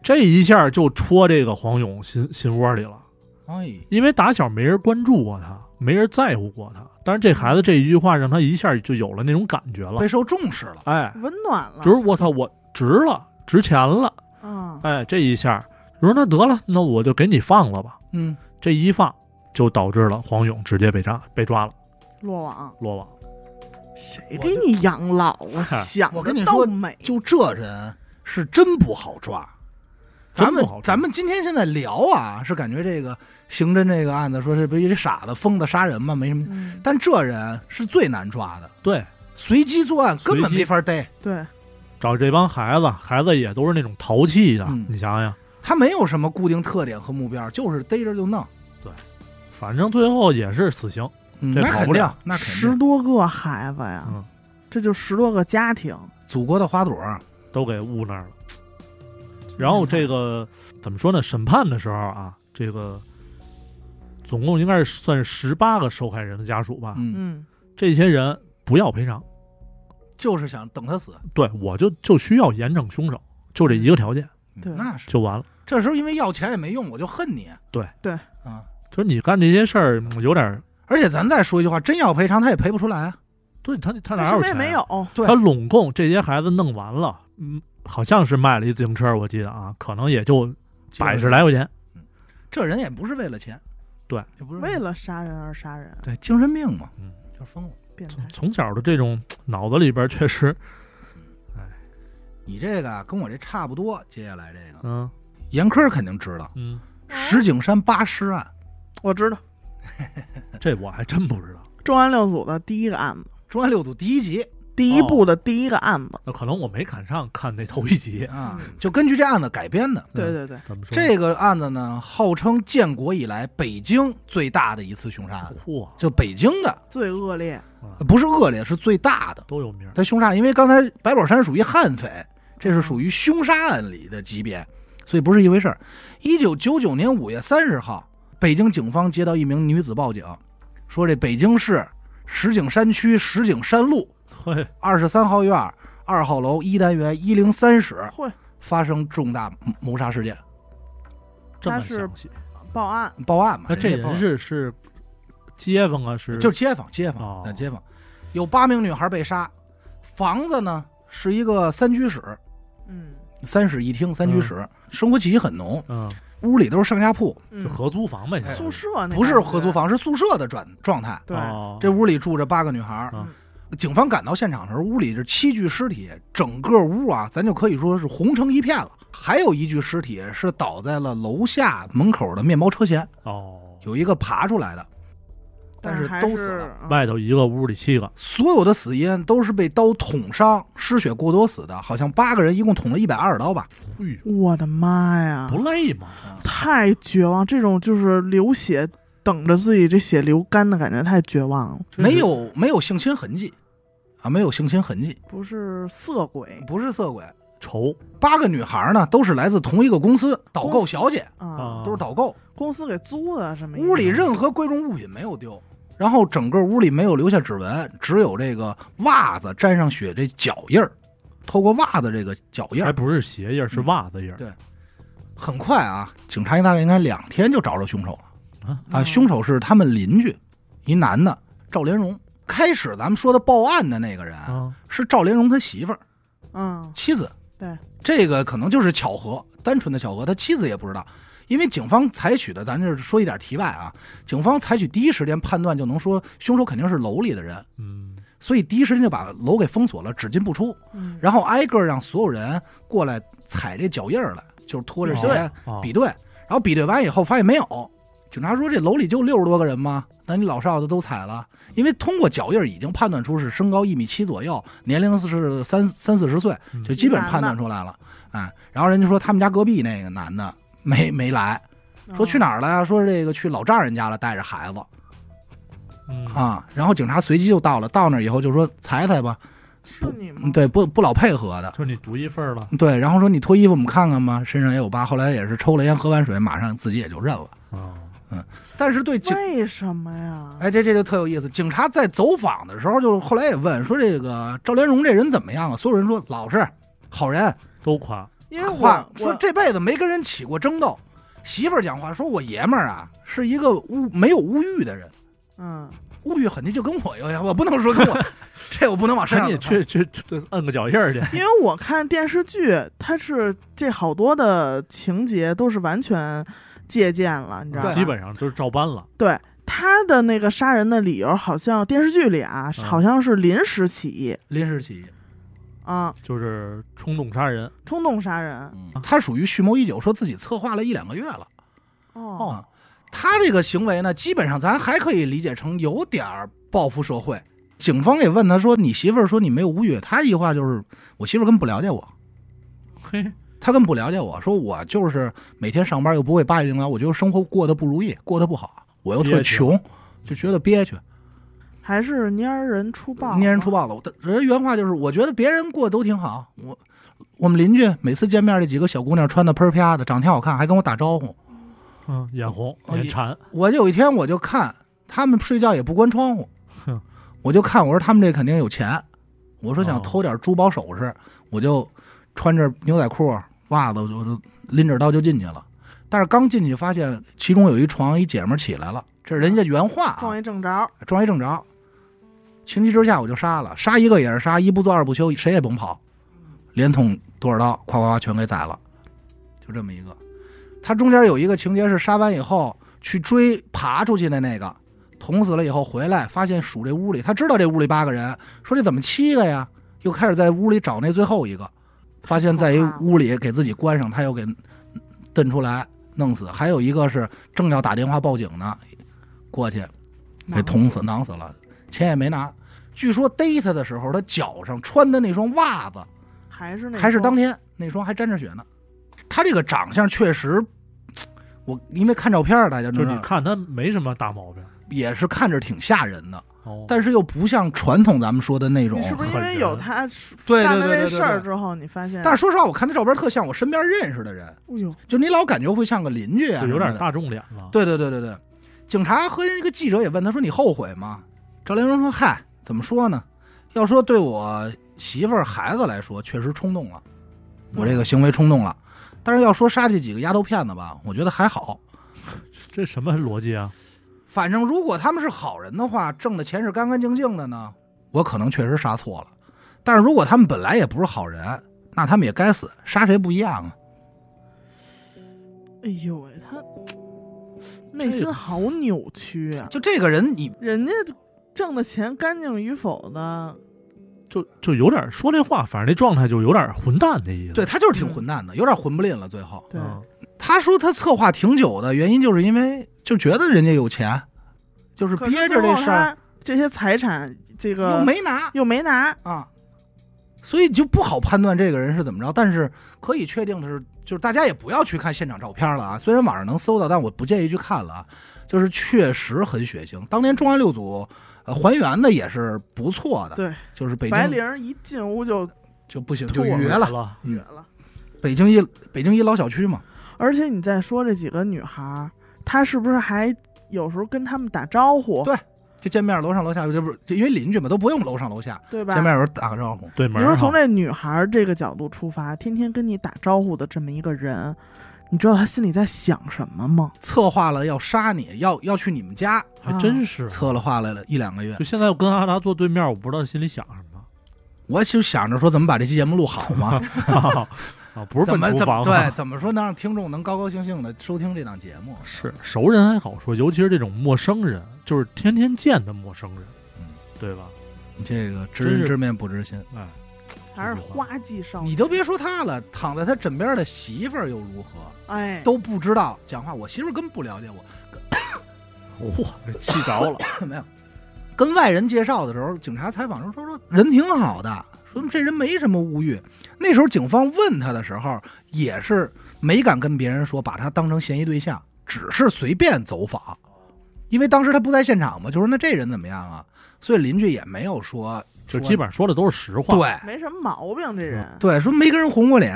这一下就戳这个黄勇心心窝里了。哎，因为打小没人关注过他，没人在乎过他。但是这孩子这一句话，让他一下就有了那种感觉了备。受重视了，哎，温暖了，就是我操，我值了，值钱了。嗯，哎，这一下，我说那得了，那我就给你放了吧。嗯，这一放，就导致了黄勇直接被抓，被抓了，落网，落网。哎谁给你养老啊？嗨想我着跟你倒说美，就这人是真不好抓。咱真们不好抓咱们今天现在聊啊，是感觉这个刑侦这个案子，说这不一傻子疯子杀人嘛，没什么。嗯，但这人是最难抓的，对，随机作案根本随机没法逮，对，找这帮孩子，孩子也都是那种淘气的。嗯你想想，他没有什么固定特点和目标，就是逮着就弄。反正最后也是死刑。嗯这那跑肯不定了，那肯十定。多个孩子呀，嗯这就十多个家庭，祖国的花朵，都给捂那儿了。然后这个怎么说呢？审判的时候啊，这个总共应该是算是十八个受害人的家属吧，嗯，嗯，这些人不要赔偿，就是想等他死。对我就就需要严整凶手，就这一个条件对那是就完了。这时候因为要钱也没用，我就恨你。对对啊，就是你干这些事儿嗯有点儿，而且咱再说一句话，真要赔偿他也赔不出来啊。对他他但哪什有么也钱啊？没有，对他拢共这些孩子弄完了，嗯，好像是卖了一自行车，我记得啊，可能也就百十来块钱。这人也不是为了钱，对，也不是为了杀人而杀人，对精神病嘛，嗯，就是疯了。变态从，从小的这种脑子里边 确实，你这个啊跟我这差不多。接下来这个，嗯严科肯定知道嗯，石景山八尸案，啊我知道，这我还真不知道。重案六组的第一个案子，中案六组第一集第一部的第一个案哦子，那可能我没赶上看那头一 集。啊嗯，就根据这案子改编的。对嗯对对，怎么说呢？这个案子呢，号称建国以来北京最大的一次凶杀啊案，嚯，就北京的最恶劣，啊呃不是恶劣，是最大的。都有名儿。他凶杀，因为刚才白宝山属于悍匪，嗯这是属于凶杀案里的级别，所以不是一回事儿。一九九九年五月三十号，北京警方接到一名女子报警，说这北京市石景山区石景山路嘿，二十三号院二号楼一单元一零三室会发生重大谋谋杀事件，这他么是详细。报案，报案嘛？那这人家报人案是是街坊啊，是就是街坊，街坊，哦呃街坊，有八名女孩被杀，房子呢是一个三居室，嗯，三室一厅，三居室，生活气息很浓。嗯，屋里都是上下铺，嗯就合租房呗，宿舍那不是感觉合租，房，是宿舍的转状态。对，哦这屋里住着八个女孩儿啊警方赶到现场的时候，屋里是七具尸体，整个屋啊，咱就可以说是红成一片了。还有一具尸体是倒在了楼下门口的面包车前，哦，有一个爬出来的，但是还都死了。，嗯外头一个屋里七哎个，所有的死因都是被刀捅伤、失血过多死的，好像八个人一共捅了一百二十刀吧。哎呦，我的妈啊呀，不累吗？太绝望，这种就是流血，等着自己这血流干的感觉太绝望了。真是没有没有性侵痕迹，啊，没有性侵痕迹，不是色鬼不是色鬼。愁八个女孩呢，都是来自同一个公司，导购小姐，啊，啊，都是导购。公司给租的什么意思？哦屋里任何贵重物品没有丢，然后整个屋里没有留下指纹，只有这个袜子沾上血这脚印儿，透过袜子这个脚印还儿，不是鞋印儿，是袜子印儿。对很快啊，警察一大概应该两天就找着凶手了嗯啊啊！凶手是他们邻居，一男的赵连荣。开始咱们说的报案的那个人啊，是赵连荣他媳妇儿嗯，妻子，对，这个可能就是巧合，单纯的巧合，他妻子也不知道。因为警方采取的，咱就是说一点题外啊，警方采取第一时间判断就能说凶手肯定是楼里的人，嗯，所以第一时间就把楼给封锁了，只进不出。嗯然后挨个让所有人过来踩这脚印儿来，就是拖着比鞋对哦比对。然后比对完以后发现没有，警察说这楼里就六十多个人吗？那你老少的都踩了，因为通过脚印儿已经判断出是身高一米七左右，年龄是三三四十岁，嗯就基本判断出来了。哎，然后人家说他们家隔壁那个男的没没来，说去哪？哪儿了呀？说这个去老丈人家了，带着孩子。嗯啊，然后警察随即就到了，到那儿以后就说裁裁吧，嗯是你吗？对，不不老配合的，就是你独一份儿了，对，然后说你脱衣服我们看看吧，身上也有疤。后来也是抽了烟，喝完水，马上自己也就认了。啊，但是对警，为什么呀？哎，这这就特有意思。警察在走访的时候，就后来也问说这个赵连荣这人怎么样啊？所有人说老实，好人，都夸，因为话我说我这辈子没跟人起过争斗。媳妇儿讲话说，我爷们儿啊是一个无没有物欲的人，嗯，物欲很低，就跟我有样。我不能说跟我， 这我不能往身那上你也揽。去去去摁个脚印儿去，因为我看电视剧，它是这好多的情节都是完全借鉴了，你知道吧？基本上就是照搬了，对他的那个杀人的理由，好像电视剧里啊，嗯好像是临时起意临时起意，啊，就是冲动杀人，冲动杀人。嗯他属于蓄谋已久，说自己策划了一两个月了。哦，他这个行为呢，基本上咱还可以理解成有点儿报复社会。警方也问他说：“你媳妇儿说你没有物欲？”他一句话就是：“我媳妇儿根本不了解我，嘿，她根本不了解我。说我就是每天上班又不会八九零聊，我觉得生活过得不如意，过得不好，我又特憋屈穷，就觉得憋屈，还是蔫儿人出报，捏人出。豹子。我的人原话就是：我觉得别人过得都挺好，我我们邻居每次见面这几个小姑娘穿的喷儿啪的，长得挺好看，还跟我打招呼。嗯，眼红哦眼也馋，我有一天我就看他们睡觉也不关窗户哼，我就看我说他们这肯定有钱，我说想哦偷点珠宝首饰，我就穿着牛仔裤、袜子，我就拎着刀就进去了。但是刚进去发现其中有一床一姐们儿起来了，这是人家原话、撞啊，一正着，撞一正着。情急之下我就杀了，杀一个也是杀，一不做二不休，谁也甭跑，连捅多少刀，夸夸夸全给宰了，就这么一个。他中间有一个情节是杀完以后去追爬出去的那个，捅死了以后回来发现数这屋里，他知道这屋里八个人，说这怎么七个呀？又开始在屋里找那最后一个，发现在一屋里给自己关上，他又给蹬出来弄死。还有一个是正要打电话报警呢，过去给哎捅死，囊死了，钱也没拿。据说逮他的时候，他脚上穿的那双袜子还是那还是双当天那双还沾着血呢。他这个长相确实，我因为看照片儿大家就知你道，看他没什么大毛病，也是看着挺吓人的，哦，但是又不像传统咱们说的那种你。是不是因狠为人有他对干对了对这对事儿之后，你发现？但是说实话，我看他照片儿特像我身边认识的人，哎呦，就你老感觉会像个邻居啊，就有点。大众脸了，对对对对对，警察和那个记者也问他说：“你后悔吗？”赵连荣说：“嗨，怎么说呢？要说对我媳妇儿、孩子来说，确实冲动了，我这个行为冲动了。但是要说杀这几个丫头骗子吧，我觉得还好。这什么逻辑啊？反正如果他们是好人的话，挣的钱是干干净净的呢，我可能确实杀错了。但是如果他们本来也不是好人，那他们也该死，杀谁不一样啊？哎呦喂，他内心好扭曲啊！就这个人，你人家挣的钱干净与否的，就就有点说这话，反正那状态就有点混蛋的意思。对他就是挺混蛋的，有点混不吝了。最后对，嗯他说他策划挺久的原因，就是因为就觉得人家有钱，就是可憋是着最这后事儿他这些财产，这个又没拿又没拿，啊，所以就不好判断这个人是怎么着。但是可以确定的是，就是大家也不要去看现场照片了啊。虽然网上能搜到，但我不建议去看了啊。就是确实很血腥。当年重案六组呃还原的也是不错的，对，就是北白京灵一进屋就就不行吐就了绝了，了，嗯绝了。北京一北京一老小区嘛，而且你再说这几个女孩儿，她是不是还有时候跟他们打招呼，对就见面楼上楼下，这不是因为邻居嘛，都不用楼上楼下，对吧？见面有人打个招呼。对你门说儿从哈，这女孩儿这个角度出发，天天跟你打招呼的这么一个人，你知道他心里在想什么吗？策划了要杀你，要要去你们家，还真是。策了划来了一两个月就。现在我跟阿达坐对面，我不知道心里想什么。我就想着说怎么把这期节目录好嘛，啊， 不是怎奔么厨怎房么啊，对，怎么说能让听众能高高兴兴的收听这档节目？是熟人还好说，尤其是这种陌生人，就是天天见的陌生人，嗯对吧？这个知真人是知面不知心，哎，还是花季少你年？都别说他了，躺在他枕边的媳妇儿又如何？哎，都不知道讲话，我媳妇儿根本不了解 我，嚯，这气着了， 没有。跟外人介绍的时候，警察采访的时候说说人挺好的，说这人没什么物欲。那时候警方问他的时候，也是没敢跟别人说把他当成嫌疑对象，只是随便走访，因为当时他不在现场嘛，就说那这人怎么样啊？所以邻居也没有说，就说基本上说的都是实话。对没什么毛病，这人。对，说没跟人红过脸，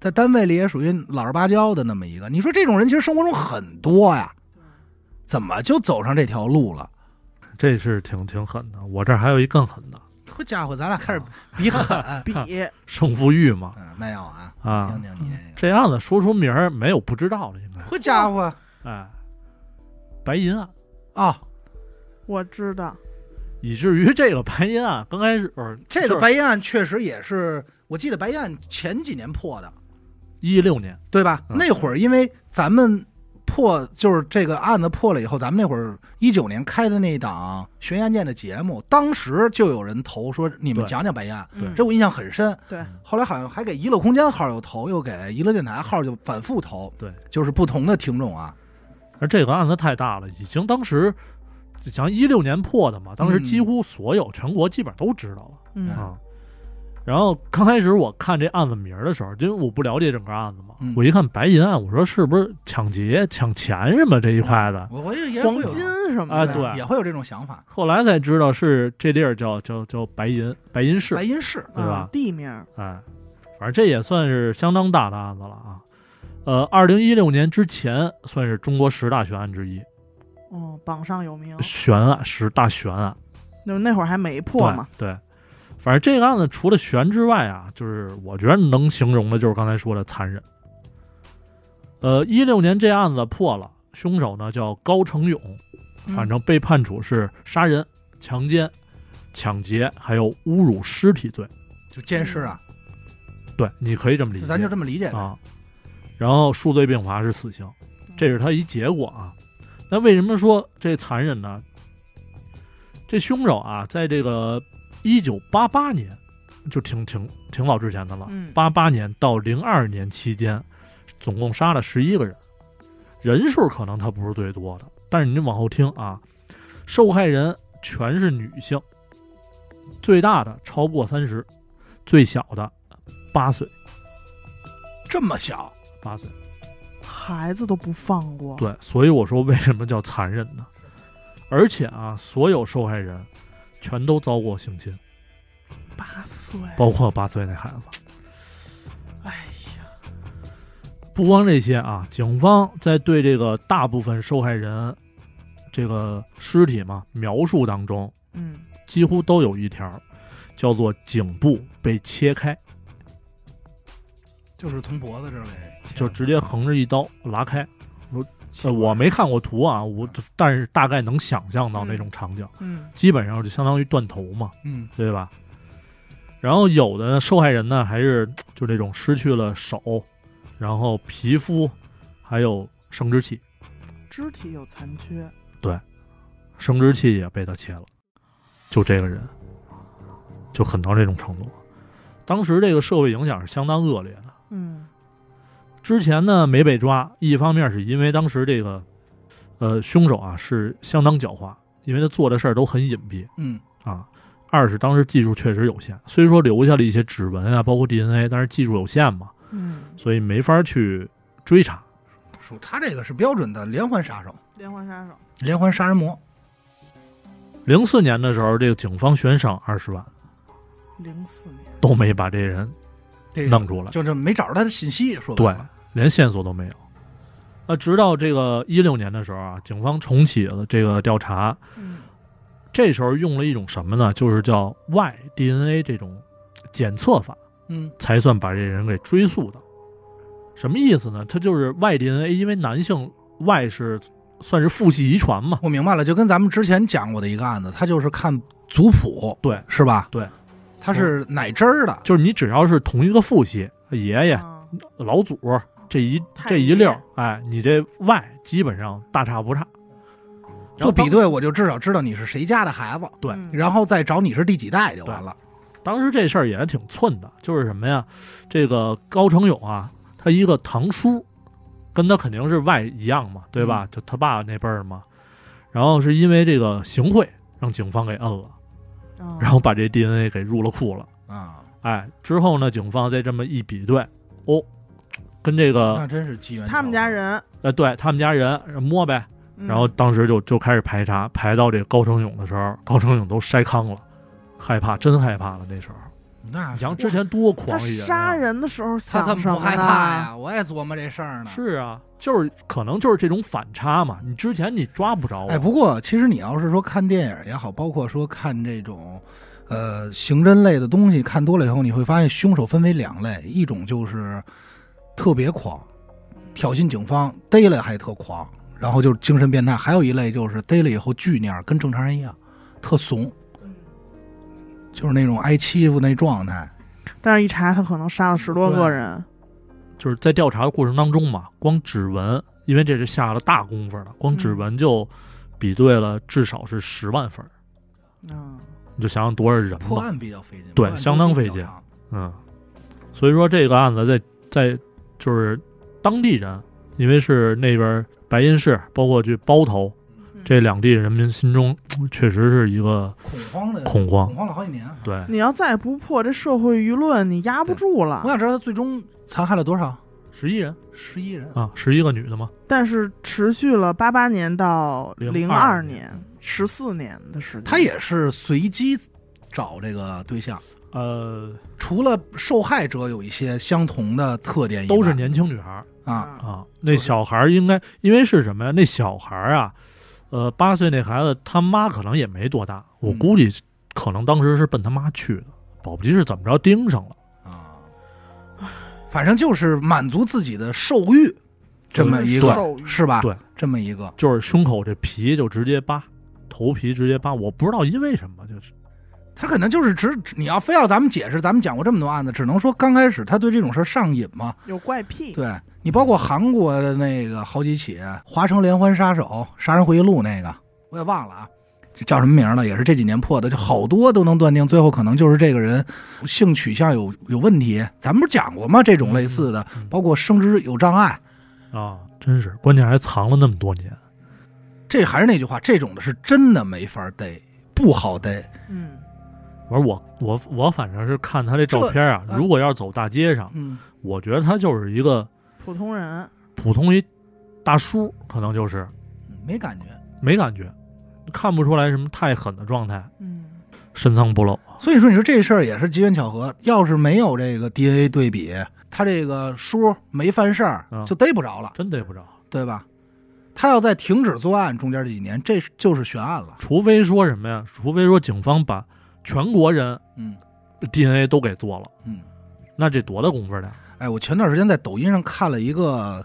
在单位里也属于老实巴交的那么一个。你说这种人其实生活中很多呀，怎么就走上这条路了？这是挺挺狠的。我这儿还有一更狠的，好家伙，咱俩开始比狠，比胜负欲嘛啊 嗯，没有啊，啊听，听你这这案子说出名儿没有不知道的，应个，好家伙该哎，白银案，啊，我知道，以至于这个白银案刚开始呃这个就是白银案确实也是，我记得白银案前几年破的，一六年，对吧？嗯那会儿因为咱们破，就是这个案子破了以后，咱们那会儿一九年开的那档悬疑案件的节目，当时就有人投说你们对讲讲白银案，对嗯这我印象很深。对，后来好像还给娱乐空间号又投，又给娱乐电台号就反复投，对，就是不同的听众啊，而这个案子太大了，已经当时想一六年破的嘛，当时嗯几乎所有全国基本上都知道了。嗯，啊。然后刚开始我看这案子名儿的时候，因为我不了解整个案子嘛，嗯我一看白银案，我说是不是抢劫、抢钱什么这一块的？我我也也黄会有金什么啊的，对也会有这种想法。后来才知道是这地儿叫叫叫白银白银市白，银市对吧啊地名，哎，反正这也算是相当大的案子了啊。呃，二零一六年之前算是中国十大悬案之一，哦，榜上有名。悬案十大悬案，就那会儿还没破对嘛，对。反正这个案子除了悬之外啊，就是我觉得能形容的就是刚才说的残忍。呃，一六年这案子破了，凶手呢叫高成勇，嗯反正被判处是杀人、强奸、抢劫，还有侮辱尸体罪。就监视啊，对，你可以嗯这么理解，咱就这么理解呗。啊。然后数罪并罚是死刑，这是他一结果啊。那为什么说这残忍呢？这凶手啊，在这个一九八八年，就挺挺挺早之前的了嗯，八八、年到零二年期间，总共杀了十一个人，人数可能他不是最多的，但是你往后听啊，受害人全是女性，最大的超过三十，最小的八岁，这么小，八岁。孩子都不放过。对，所以我说为什么叫残忍呢？而且啊，所有受害人全都遭过性侵，八岁，包括八岁那孩子。哎呀，不光这些啊，警方在对这个大部分受害人这个尸体嘛描述当中，嗯，几乎都有一条叫做颈部被切开，就是从脖子这里就直接横着一刀拉开。切呃，我没看过图啊，我但是大概能想象到那种场景，嗯，基本上就相当于断头嘛。嗯对吧？然后有的受害人呢，还是就这种失去了手，然后皮肤，还有生殖器，肢体有残缺，生殖器也被他切了，就这个人就狠到这种程度。当时这个社会影响是相当恶劣的。嗯，之前呢没被抓，一方面是因为当时这个，呃，凶手啊是相当狡猾，因为他做的事儿都很隐蔽，嗯，啊。二是当时技术确实有限，虽说留下了一些指纹啊，包括 DNA，但是技术有限嘛，嗯，所以没法去追查。属他这个是标准的连环杀手，连环杀手，连环杀人魔，零四年的时候，这个警方悬赏二十万，零四年，都没把这人这弄出来，就是没找着他的信息，说白对了，，连线索都没有。那直到这个一六年的时候啊，警方重启了这个调查，嗯，这时候用了一种什么呢？就是叫 Y DNA 这种检测法，嗯，才算把这人给追溯到。什么意思呢？它就是 Y DNA，因哎为男性 Y 是算是父系遗传嘛，我明白了，就跟咱们之前讲过的一个案子，他就是看族谱，对，是吧？对，他是奶汁儿的，就是你只要是同一个父系，爷爷、啊老祖这一太这一爷溜儿，哎，你这 Y 基本上大差不差。然做后比当对，我就至少知道你是谁家的孩子，对，嗯然后再找你是第几代就完了。当时这事儿也挺寸的，就是什么呀？这个高成勇啊，他一个堂叔，跟他肯定是外一样嘛，对嗯吧？就他爸那辈儿嘛。然后是因为这个行贿，让警方给摁了，啊然后把这 DNA 给入了库了。啊，哎，之后呢，警方再这么一比对，哦，跟这个那真是机缘巧合。他们家人，呃，对他们家人摸呗，嗯然后当时就就开始排查，排到这高成勇的时候，高成勇都筛糠了，害怕，真害怕了。那时候，那你啊是像之前多狂他一人、啊，杀人的时候他想怎么什不么害呢？怕呀？我也琢磨这事儿呢。是啊，就是可能就是这种反差嘛。你之前你抓不着我，哎，不过其实你要是说看电影也好，包括说看这种，呃，刑侦类的东西，看多了以后，你会发现凶手分为两类，一种就是特别狂，挑衅警方，逮了还特狂，然后就是精神变态；还有一类就是逮了以后巨蔫儿，跟正常人一样，特怂，嗯就是那种挨欺负那状态。但是一查他可能杀了十多个人，就是在调查的过程当中嘛，光指纹，因为这是下了大功夫的，光指纹就比对了至少是十万份儿，嗯，你就想想多少人破吧，案比较费劲，对破案相当费周期比较劲长。嗯，所以说这个案子在在就是当地人，因为是那边白银市，包括去包头这两地人民心中确实是一个恐慌的恐慌恐，慌了好几年。对，你要再不破这社会舆论，你压不住我了。想知道他最终残害了多少？十一人十一人。啊，十一个女的嘛，但是持续了八八年到零02年，十四年的时间，他也是随机找这个对象，呃，除了受害者有一些相同的特点以外，都是年轻女孩儿。啊，啊，那小孩儿应该因为是什么呀？那小孩儿啊，呃，八岁那孩子他妈可能也没多大，我嗯估计可能当时是奔他妈去的，保不齐是怎么着盯上了。啊，反正就是满足自己的兽欲，这么一个兽欲是吧？对，这么一个，就是胸口这皮就直接扒，头皮直接扒，我不知道因为什么，就是他可能就是只你要非要咱们解释，咱们讲过这么多案子，只能说刚开始他对这种事儿上瘾嘛，有怪癖，对你包括韩国的那个好几起华城连环杀手、杀人回忆录那个，我也忘了啊，这叫什么名儿了？也是这几年破的，就好多都能断定，最后可能就是这个人性取向有有问题。咱们不是讲过吗？这种类似的，嗯嗯包括生殖有障碍，啊，真是，关键还藏了那么多年。这还是那句话，这种的是真的没法逮，不好逮。嗯，我说我我我反正是看他这照片啊，这如果要是走大街上，嗯，我觉得他就是一个普通人普通一大叔，可能就是没感觉。没感觉，看不出来什么太狠的状态。嗯，深藏不露。所以说，你说这事儿也是机缘巧合，要是没有这个 DNA 对比，他这个叔没犯事儿啊，就逮不着了。真逮不着，对吧？他要在停止作案中间这几年，这是就是悬案了。除非说什么呀？除非说警方把全国人嗯 DNA 都给做了，嗯，那这多大功夫的？哎，我前段时间在抖音上看了一个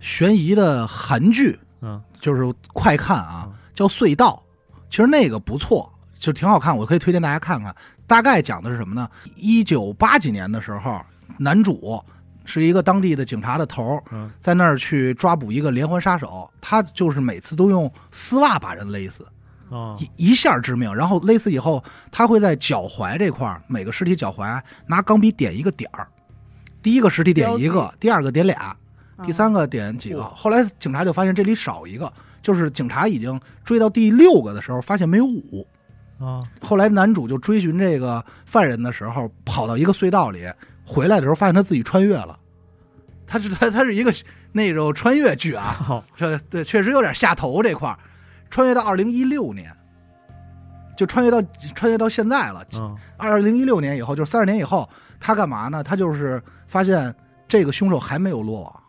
悬疑的韩剧，嗯，就是快看啊嗯，叫《隧道》，其实那个不错，就挺好看，我可以推荐大家看看。大概讲的是什么呢？一九八几年的时候，男主是一个当地的警察的头儿，嗯在那儿去抓捕一个连环杀手，他就是每次都用丝袜把人勒死。啊，一一下致命，然后勒死以后，他会在脚踝这块儿，每个尸体脚踝拿钢笔点一个点儿，第一个尸体点一标个，第二个点俩，啊第三个点几个。哇后来警察就发现这里少一个，就是警察已经追到第六个的时候，发现没有五。 啊，后来男主就追寻这个犯人的时候，跑到一个隧道里，回来的时候发现他自己穿越了。他是他他是一个那种穿越剧啊，好，这对，确实有点下头这块儿，穿越到二零一六年，就穿越到穿越到现在了。嗯，二零一六年以后，就是三十年以后，他干嘛呢？他就是发现这个凶手还没有落网，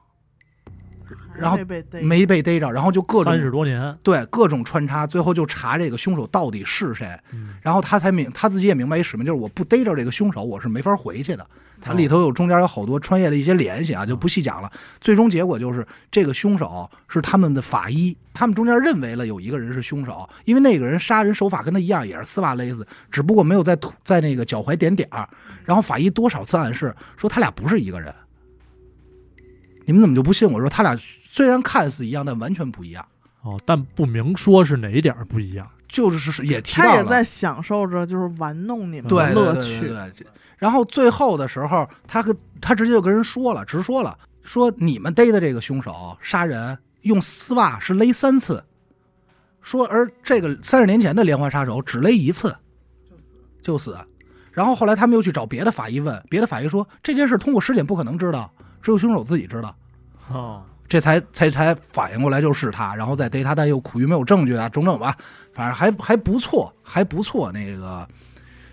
然后没被逮没被逮着，然后就各三十种多年，对各种穿插，最后就查这个凶手到底是谁。嗯，然后他才明他自己也明白一使命，就是我不逮着这个凶手，我是没法回去哦的。他里头有中间有好多穿越的一些联系啊，就不细讲了。最终结果就是这个凶手是他们的法医，他们中间认为了有一个人是凶手，因为那个人杀人手法跟他一样，也是丝袜勒死，只不过没有在土在那个脚踝点点儿。嗯然后法医多少次暗示说他俩不是一个人，你们怎么就不信我说他俩虽然看似一样，但完全不一样？哦，但不明说是哪一点儿不一样，就是也提到了，他也在享受着就是玩弄你们嗯对的对乐对趣。对对这然后最后的时候，他跟他直接就跟人说了，直说了，说你们逮的这个凶手杀人用丝袜是勒三次，说而这个三十年前的连环杀手只勒一次，就死，然后后来他们又去找别的法医问，别的法医说这件事通过尸检不可能知道，只有凶手自己知道。哦，这才才才反应过来就是他，然后再逮他，但又苦于没有证据啊，种种吧，反正还还不错，还不错。那个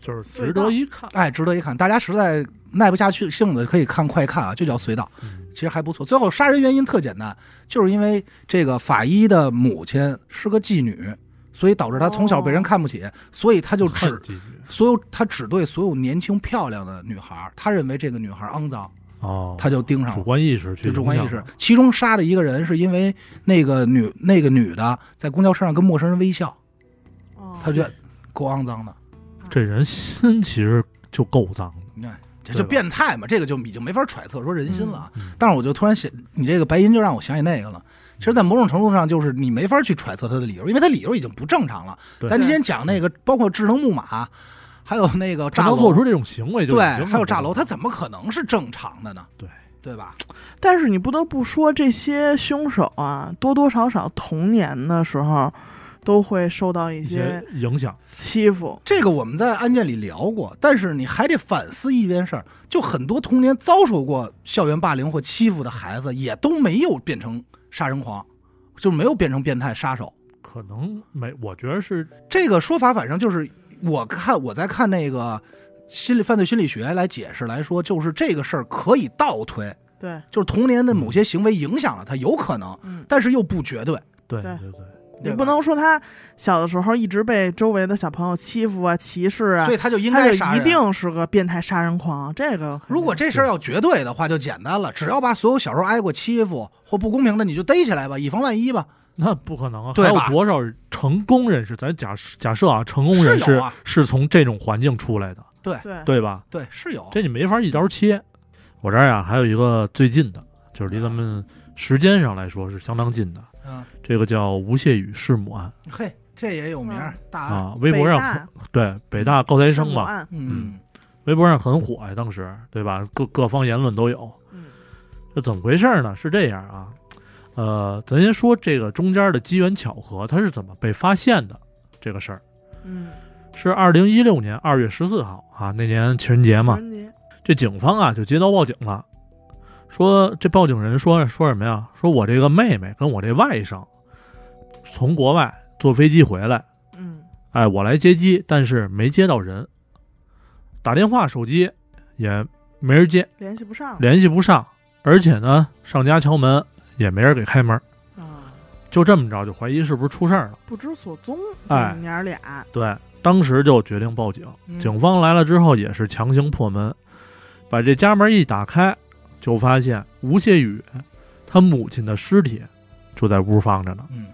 就是值得一看，哎，值得一看。大家实在耐不下去性子，可以看快看啊，就叫隧道，嗯其实还不错。最后杀人原因特简单，就是因为这个法医的母亲是个妓女，所以导致她从小被人看不起，所以她 就哦很只积极所有她只对所有年轻漂亮的女孩儿，她认为这个女孩儿肮脏，哦，她就盯上主了。观意识去就主观影意响识，其中杀的一个人是因为那个女那个女的在公交车上跟陌生人微笑，哦啊她觉得够肮脏的，这人心其实就够脏的，你看这对就吧变态嘛，这个就已经没法揣测说人心了啊。嗯但是我就突然想，你这个白银就让我想起那个了。其实，在某种程度上，就是你没法去揣测他的理由，因为他理由已经不正常了。对嗯咱之前讲那个，包括智能木马，还有那个炸他能楼，做出这种行为就已对，经还有很炸不楼，错他怎么可能是正常的呢？对，对吧？但是你不得不说，这些凶手啊，多多少少童年的时候都会受到一一些些影响，欺负。这个我们在案件里聊过，但是你还得反思一件事儿，就很多童年遭受过校园霸凌或欺负的孩子，也都没有变成杀人狂，就没有变成变态杀手。可能没，我觉得是这个说法，反正就是我看我在看那个心理犯罪心理学来解释来说，就是这个事儿可以倒推，对，就是童年的某些行为影响了他，有可能，嗯，但是又不绝对，对对对对，你对吧不，能说他小的时候一直被周围的小朋友欺负啊、歧视啊所，以他就应他该就杀一人。定是个变态杀人狂。这个肯定如果这事儿要绝对的话，就简单了，只要把所有小时候挨过欺负或不公平的，你就逮起来吧，以防万一吧。那不可能啊！对还有吧多少成功人士？咱假设假设啊，成功人是士有啊是从这种环境出来的，对对吧？对，是有，这你没法一刀切。我这儿呀、还有一个最近的，就是离咱们时间上来说是相当近的，嗯，这个叫吴谢宇弑母案嘿，这也有名儿，嗯大案，啊，微博上很对北大高材学生嘛，案，嗯，微博上很火呀、当时对吧？各各方言论都有。嗯这怎么回事呢？是这样啊，呃，咱先说这个中间的机缘巧合，它是怎么被发现的这个事儿。嗯，是二零一六年二月十四号啊，那年情人节嘛，情人节这警方啊就接到报警了，说这报警人说说什么呀？说我这个妹妹跟我这外甥从国外坐飞机回来，嗯哎，我来接机，但是没接到人，打电话手机也没人接，联系不上联系不上，而且呢上家敲门也没人给开门，啊，就这么着就怀疑是不是出事儿了。不知所踪，哎娘儿俩，对，当时就决定报警。嗯警方来了之后也是强行破门，把这家门一打开，就发现吴谢宇他母亲的尸体就在屋放着呢。嗯，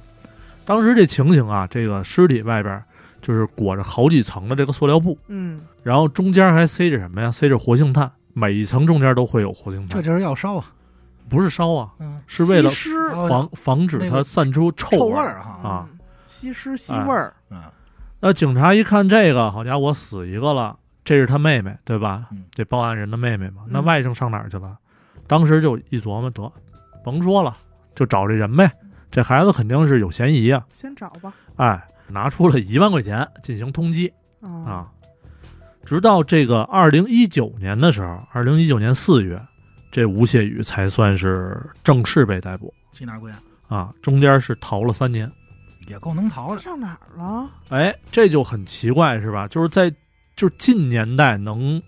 当时这情形啊，这个尸体外边就是裹着好几层的这个塑料布，嗯，然后中间还塞着什么呀？塞着活性炭，每一层中间都会有活性这炭，就是要烧啊，不是烧啊，嗯，是为了吸尸防防止那它个散出臭臭味儿。儿哈，啊，嗯吸尸吸哎味儿，嗯，那警察一看这个，好家伙，死一个了，这是他妹妹，对吧？嗯这报案人的妹妹嘛，嗯那外甥上哪儿去了？当时就一琢磨，得，甭说了，就找这人呗，这孩子肯定是有嫌疑啊！先找吧，哎，拿出了一万块钱进行通缉啊啊。直到这个二零一九年的时候，二零一九年四月，这吴谢宇才算是正式被逮捕缉拿归案啊，中间是逃了三年。也够能逃的。上哪儿了？哎，这就很奇怪，是吧？就是在就是近年代能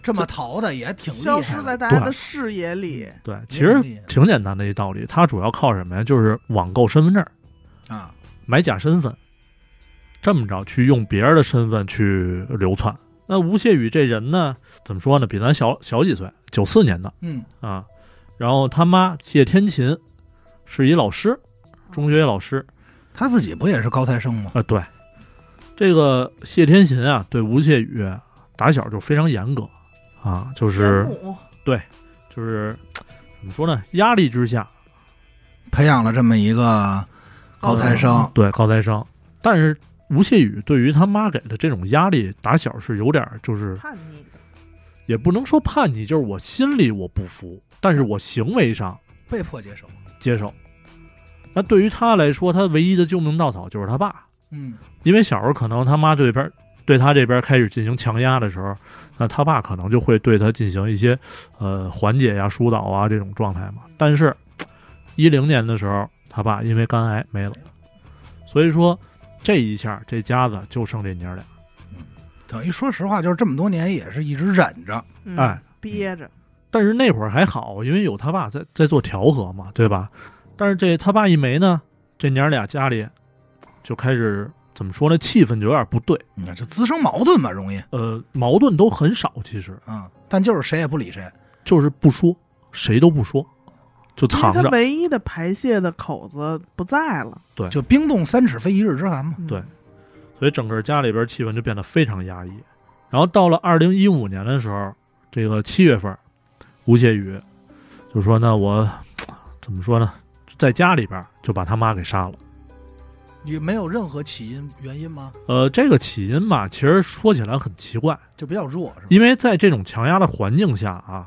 这么淘的也挺厉害消的，失在大家对的视野里。对，其也实挺厉害挺简单的一道理，它主要靠什么呀？就是网购身份证，啊，买假身份，这么着去用别人的身份去流窜。那吴谢宇这人呢，怎么说呢？比咱小小几岁，九四年的嗯啊。然后他妈谢天琴是一老师，中嗯学老师他自己不也是高材生吗啊、？对，这个谢天琴啊，对吴谢宇打小就非常严格啊，就是天幕就是怎么说呢？压力之下，培养了这么一个高材生，啊对高材生，但是吴谢宇对于他妈给的这种压力，打小是有点儿就是叛逆，也不能说叛逆，就是我心里我不服，但是我行为上被迫接受。接受。那对于他来说，他唯一的救命稻草就是他爸，嗯，因为小时候可能他妈这边对他这边开始进行强压的时候，那他爸可能就会对他进行一些呃缓解呀、疏导啊这种状态嘛。但是，一零年的时候，他爸因为肝癌没了，所以说这一下这家子就剩这娘俩。等于说实话，就是这么多年也是一直忍着。嗯哎，憋着，但是那会儿还好，因为有他爸在在做调和嘛，对吧？但是这他爸一没呢，这娘儿俩家里就开始怎么说呢？气氛就有点不对，你看，这嗯滋生矛盾吧，容易呃，矛盾都很少，其实啊、但就是谁也不理谁。就是不说，谁都不说，因为就藏他着。唯一的排泄的口子不在了。就冰冻三尺非一日之寒嘛。嗯对，所以整个家里边气氛就变得非常压抑。然后到了二零一五年的时候，这个七月份，吴谢宇就说呢，我怎么说呢，在家里边就把他妈给杀了。你没有任何起因原因吗？呃，这个起因吧，其实说起来很奇怪，就比较弱是吧？因为在这种强压的环境下啊，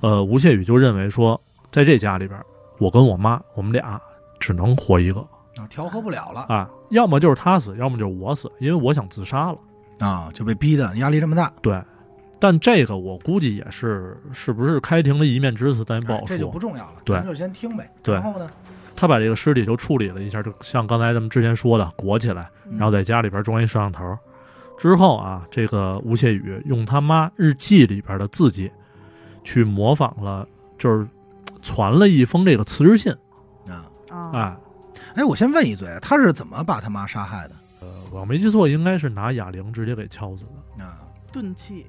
呃，吴谢宇就认为说，在这家里边，我跟我妈，我们俩只能活一个啊，调和不了了啊，要么就是他死，要么就是我死，因为我想自杀了。啊，就被逼的压力这么大，对，但这个我估计也是是不是开庭的一面之词，咱也不哎好这就不说。重要了。对咱们就先听呗。对然后呢？他把这个尸体就处理了一下，就像刚才咱们之前说的，裹起来，嗯然后在家里边装一摄像头。之后啊，这个吴谢宇用他妈日记里边的字迹，去模仿了，就是呃传了一封这个辞职信。啊，啊，哎，哎，我先问一嘴，他是怎么把他妈杀害的？我没记错，应该是拿哑铃直接给敲死的，啊，钝器，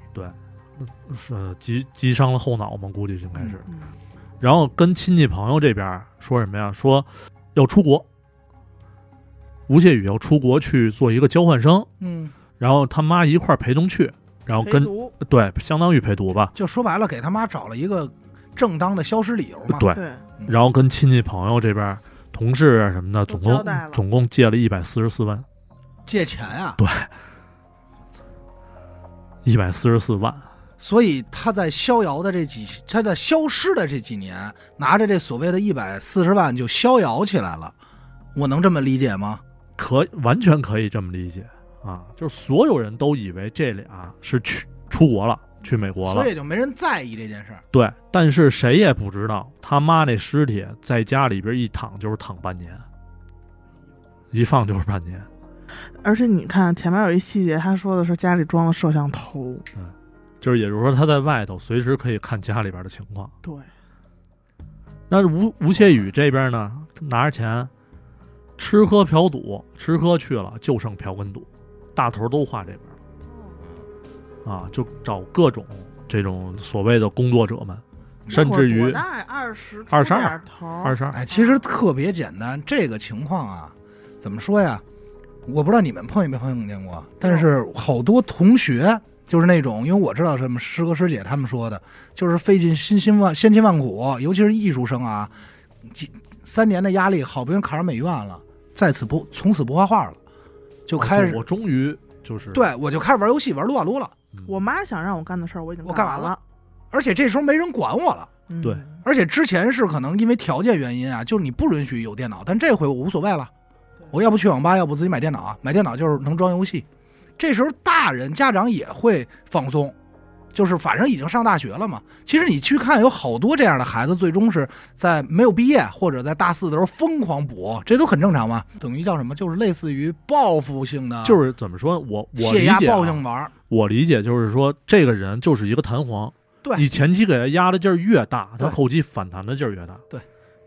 是呃击击伤了后脑嘛？估计应该是。嗯，然后跟亲戚朋友这边说什么呀？说要出国，吴谢宇要出国去做一个交换生，嗯，然后他妈一块儿陪同去，然后陪哦跟读，对，相当于陪读吧。就说白了，给他妈找了一个正当的消失理由嘛。对，对，然后跟亲戚朋友这边、同事啊什么的，都总交代了共总共借了一百四十四万，借钱啊。一百四十四万。所以他在逍遥的这几，他在消失的这几年，拿着这所谓的一百四十万就逍遥起来了。我能这么理解吗？可完全可以这么理解啊，就是所有人都以为这俩是去出国了，去美国了所以，就没人在意这件事儿。对，但是谁也不知道他妈那尸体在家里边一躺就是躺半年，一放就是半年。而且你看前面有一细节，他说的是家里装了摄像头，就是也就是说，他在外头随时可以看家里边的情况。对，那吴吴谢宇这边呢，拿着钱吃喝嫖赌，吃喝去了，就剩嫖跟赌，大头都花这边嗯了啊，就找各种这种所谓的工作者们，甚至于二十22头，二十二，哎，其实特别简单，这个情况啊，怎么说呀？我不知道你们碰见没碰见过，但是好多同学就是那种，因为我知道什么师哥师姐他们说的，就是费尽辛辛万千辛万苦，尤其是艺术生啊，几三年的压力，好不容易考上美院了，在此不从此不画画了，哦就开始、我终于就是，对我就开始玩游戏，玩撸啊撸了，嗯我妈想让我干的事儿，我已经我干完完，而且这时候没人管我了。嗯对而且之前是可能因为条件原因啊，就是你不允许有电脑，但这回我无所谓了，我要不去网吧，要不自己买电脑，买电脑就是能装游戏。这时候大人家长也会放松，就是反正已经上大学了嘛。其实你去看，有好多这样的孩子，最终是在没有毕业或者在大四的时候疯狂补，这都很正常嘛。等于叫什么？就是类似于报复性的，就是怎么说，我我泄理压解、报啊性，玩儿。我理解就是说，这个人就是一个弹簧，对你前期给他压的劲儿越大，他对后期反弹的劲儿越大。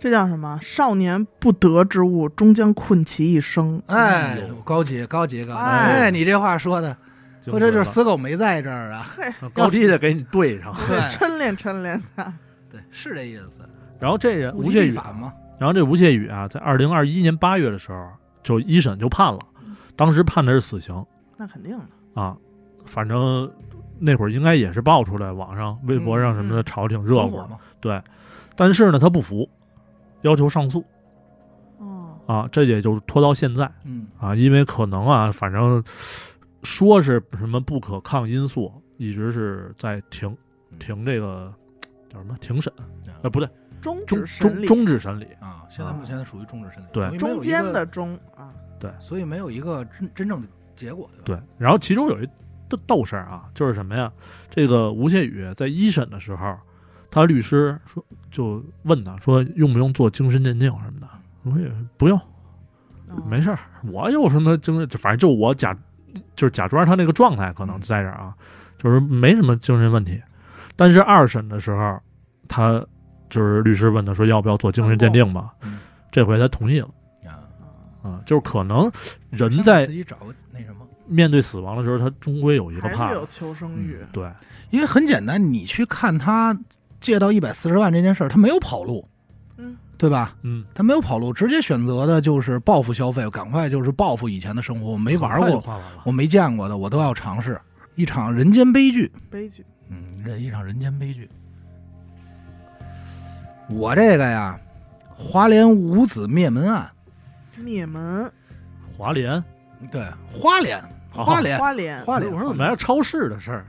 这叫什么？少年不得之物，终将困其一生。嗯哎哎呦，高级高级高级！哎哎，你这话说的，说这就是死狗没在这儿啊。高低得给你对上。对抻练抻练他。对，是这意思。然后这人物吴极谢必宇，反嘛。然后这吴谢宇啊，在二零二一年八月的时候，就一审就判了，嗯当时判的是死刑那肯定的，啊，反正那会儿应该也是爆出来，网上、微博上什么的嗯吵挺热很乎火的。嘛。对，但是呢，他不服，要求上诉哦，啊，这也就拖到现在嗯，啊，因为可能啊，反正说是什么不可抗因素，一直是在停停这个叫什么庭审，呃，不对，终终止审终理，终止审理。啊，现在目前属于终止审理，呃对等于没中有一个间的，中啊，所以没有一个真真正的结果，对吧？对，然后其中有一逗逗事儿啊，就是什么呀？这个吴谢宇在一审的时候，他律师说就问他说用不用做精神鉴定什么的，我也不用，哦没事儿，我有什么精神，反正就我假就是假装他那个状态可嗯能在这儿啊，就是没什么精神问题。但是二审的时候，他就是律师问他说要不要做精神鉴定吧嗯，这回他同意了啊，哦啊、就是可能人上在自己找个那什么，面对死亡的时候，他终归有一个还怕嗯是的有，求生欲。对。因为很简单，你去看他借到一百四十万这件事儿，他没有跑路，嗯，对吧？嗯，他没有跑路，直接选择的就是报复消费，赶快就是报复以前的生活，我没玩很快就过，画完了。我没见过的，我都要尝试一场人间悲剧。悲剧，嗯，这一场人间悲剧。我这个呀，华联五子灭门案，灭门，华联，对，哦花莲，花莲，花脸，花莲，我说怎么还有超市的事儿？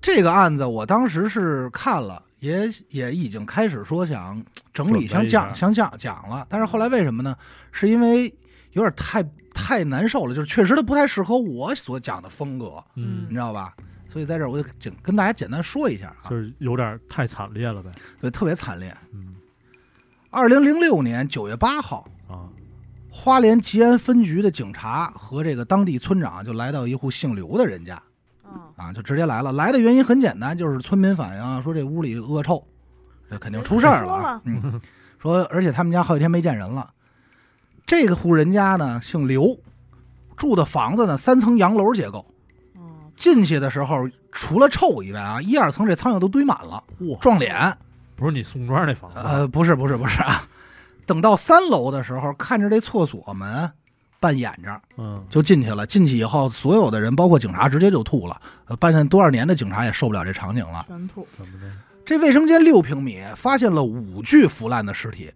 这个案子我当时是看了，也也已经开始说想整理、准备想一讲、下想讲讲了，但是后来为什么呢？是因为有点太太难受了，就是确实它不太适合我所讲的风格，嗯你知道吧？所以在这儿我就简跟大家简单说一下啊，就是有点太惨烈了呗。对，特别惨烈。嗯二零零六年九月八号，啊，花莲吉安分局的警察和这个当地村长就来到一户姓刘的人家啊，啊，就直接来了。来的原因很简单，就是村民反映啊，说这屋里恶臭，这肯定出事儿说了了。嗯，说而且他们家好几天没见人了。嗯这个户人家呢姓刘，住的房子呢三层洋楼结构。哦，进去的时候，除了臭以外啊，一二层这苍蝇都堆满了，嚯，撞脸。不是你宋庄那房子吧，呃，不是，不是，不是啊。等到三楼的时候，看着这厕所门半掩着，嗯，就进去了。进去以后，所有的人，包括警察，直接就吐了。呃，办案多少年的警察也受不了这场景了。全吐，怎么的？这卫生间六平米发现了五具腐烂的尸体，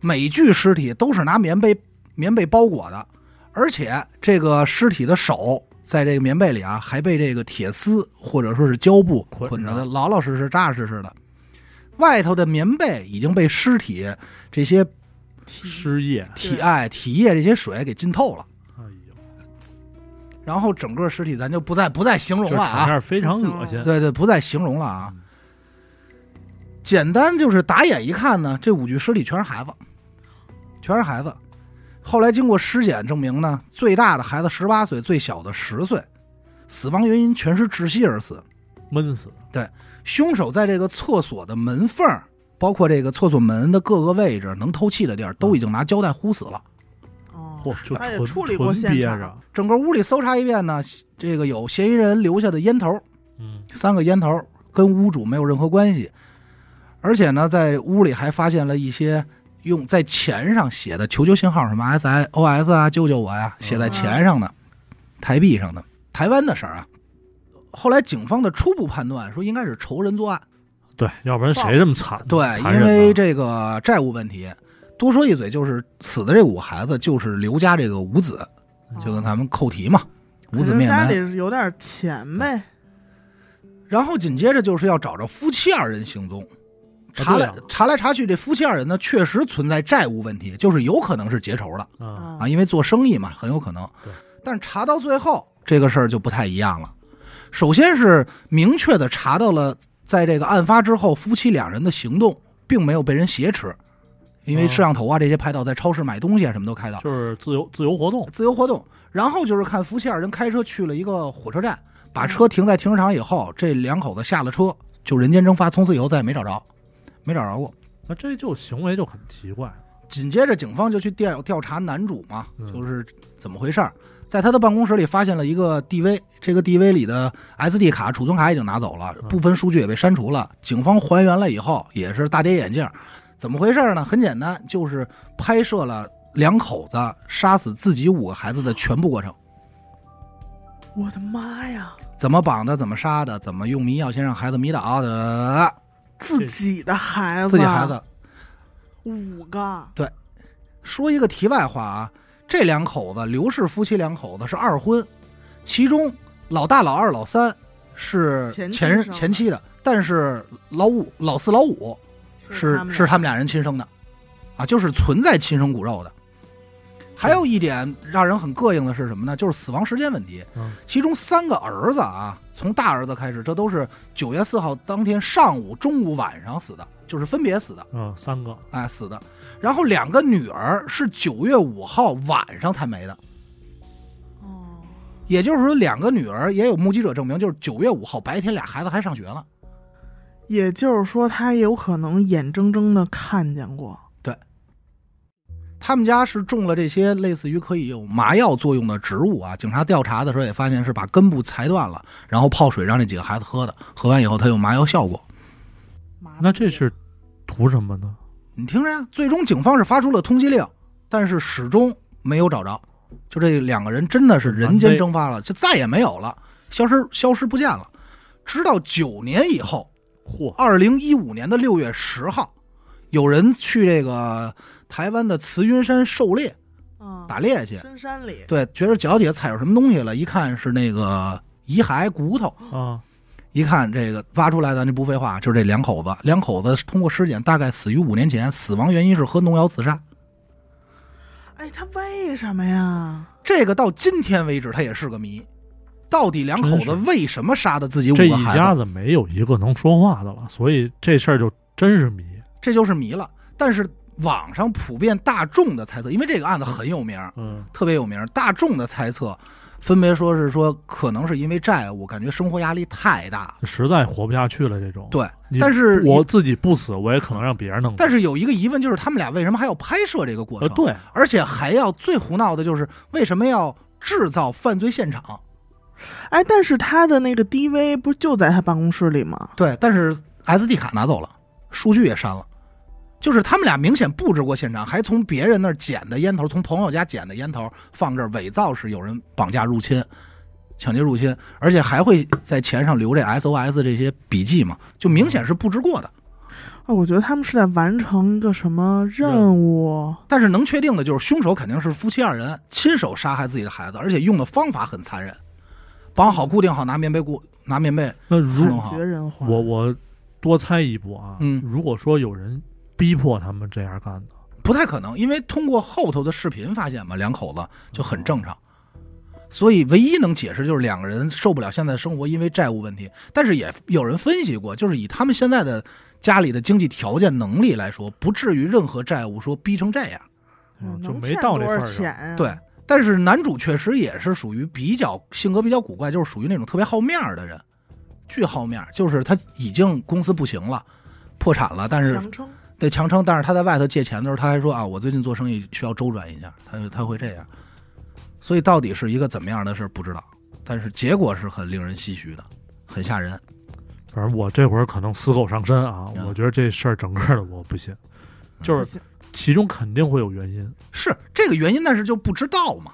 每具尸体都是拿棉被棉被包裹的，而且这个尸体的手在这个棉被里啊，还被这个铁丝或者说是胶布捆捆着着的，老老实实、扎扎实实的。外头的棉被已经被尸体这些踢失业，体对哎体液这些水给浸透了，哎呦，然后整个尸体咱就不再不再形容这了场啊，面非常恶心。对对，不再形容了啊。简单就是打眼一看呢，这五具尸体全是孩子，全是孩子。后来经过尸检证明呢，最大的孩子十八岁，最小的十岁，死亡原因全是窒息而死。闷死，凶手在这个厕所的门缝儿，包括这个厕所门的各个位置能透气的地儿，都已经拿胶带糊死了。哦，嚯，就他也纯处理过纯现憋场着，整个屋里搜查一遍呢，这个有嫌疑人留下的烟头，嗯，三个烟头跟屋主没有任何关系，而且呢，在屋里还发现了一些用在钱上写的求救信号，什么 S I O S 啊，救救我呀、写在钱哦上的，台币上的，台湾的事儿啊。后来警方的初步判断说，应该是仇人作案，嗯对，要不然谁这么惨？对，残因忍呢啊为这个债务问题。多说一嘴，就是死的这五个孩子就是刘家这个五子，就跟咱们扣题嘛，嗯五可子能灭家门。里有点钱呗，然后紧接着就是要找着夫妻二人行踪，查来、啊对啊查来查去，这夫妻二人呢确实存在债务问题，就是有可能是结仇了啊，啊啊，因为做生意嘛，很有可能对。但是查到最后，这个事儿就不太一样了。首先是明确的查到了，在这个案发之后，夫妻两人的行动并没有被人挟持，因为哦摄像头啊这些拍到，在超市买东西啊什么都开到，就是自由自由活动，自由活动。然后就是看夫妻二人开车去了一个火车站，嗯把车停在停车场以后，这两口子下了车就人间蒸发，从此以后再也没找着，没找着过。那这就行为就很奇怪。紧接着，警方就去调调查男主嘛嗯，就是怎么回事儿。在他的办公室里发现了一个 DV，这个 DV 里的 SD 卡储存卡已经拿走了，嗯部分数据也被删除了。警方还原了以后，也是大跌眼镜。怎么回事儿呢？很简单，就是拍摄了两口子杀死自己五个孩子的全部过程，我的妈呀，怎么绑的，怎么杀的，怎么用迷药先让孩子迷倒的，自己的孩子，自己孩子五个，说一个题外话啊，这两口子刘氏夫妻两口子是二婚，其中老大、老二、老三是前前妻前生的前妻的，但是老五、老四、老五是他们是他们俩人亲生的，啊，就是存在亲生骨肉的。还有一点让人很膈应的是什么呢？就是死亡时间问题。嗯其中三个儿子啊，从大儿子开始，这都是九月四号当天上午、中午、晚上死的，就是分别死的。嗯，三个哎死的。然后两个女儿是九月五号晚上才没的，哦，也就是说两个女儿也有目击者证明，就是九月五号白天俩孩子还上学呢。也就是说，他有可能眼睁睁的看见过。他们家是种了这些类似于可以有麻药作用的植物啊。警察调查的时候也发现是把根部裁断了，然后泡水让这几个孩子喝的，喝完以后它有麻药效果。麻那痹这是图什么呢？你听着呀，最终警方是发出了通缉令，但是始终没有找着，就这两个人真的是人间蒸发了，就再也没有了，消失消失不见了。直到九年以后，嚯，二零一五年的六月十号，有人去这个台湾的慈云山狩猎嗯打猎去，深山里，对，觉得脚底下踩着什么东西了，一看是那个遗骸骨头，啊，一看这个挖出来，咱就不废话，就是这两口子，两口子通过尸检大概死于五年前，死亡原因是喝农药自杀。哎，他为什么呀？这个到今天为止，他也是个谜。到底两口子真是为什么杀的自己五这个一孩家子？子没有一个能说话的了，所以这事儿就真是谜。这就是谜了。但是网上普遍大众的猜测，因为这个案子很有名，嗯，特别有名，大众的猜测分别说是说可能是因为债务，感觉生活压力太大。实在活不下去了，这种。对你，但是我，自己不死，我也可能让别人弄死。但是有一个疑问就是他们俩为什么还要拍摄这个过呃，程？，对，而且还要最胡闹的就是为什么要制造犯罪现场？哎，但是他的那个 DV 不就在他办公室里吗？对，但是 SD 卡拿走了，数据也删了，就是他们俩明显布置过现场，还从别人那儿捡的烟头，从朋友家捡的烟头放这儿，伪造是有人绑架入侵、抢劫入侵，而且还会在钱上留这 SOS 这些笔记嘛，就明显是布置过的。哎，我觉得他们是在完成一个什么任务？但是能确定的就是，凶手肯定是夫妻二人亲手杀害自己的孩子，而且用的方法很残忍，绑好、固定好，拿棉被固拿棉被。那惨如嗯绝人寰。我我多猜一步啊，嗯如果说有人逼迫他们这样干的，不太可能，因为通过后头的视频发现嘛，两口子就很啊正常。所以唯一能解释就是两个人受不了现在的生活，因为债务问题。但是也有人分析过，就是以他们现在的家里的经济条件能力来说，不至于任何债务说逼成这样。嗯，就能没欠到那多份少儿钱啊上。呀？对，但是男主确实也是属于比较性格比较古怪，就是属于那种特别好面儿的人，巨好面儿。就是他已经公司不行了，破产了，但是强撑。对强撑，但是他在外头借钱的时候，他还说啊，我最近做生意需要周转一下，他他会这样，所以到底是一个怎么样的事儿不知道，但是结果是很令人唏嘘的，很吓人。反正我这会儿可能死口上身啊，嗯我觉得这事儿整个的我不信，就不是行其中肯定会有原因，是这个原因，但是就不知道嘛。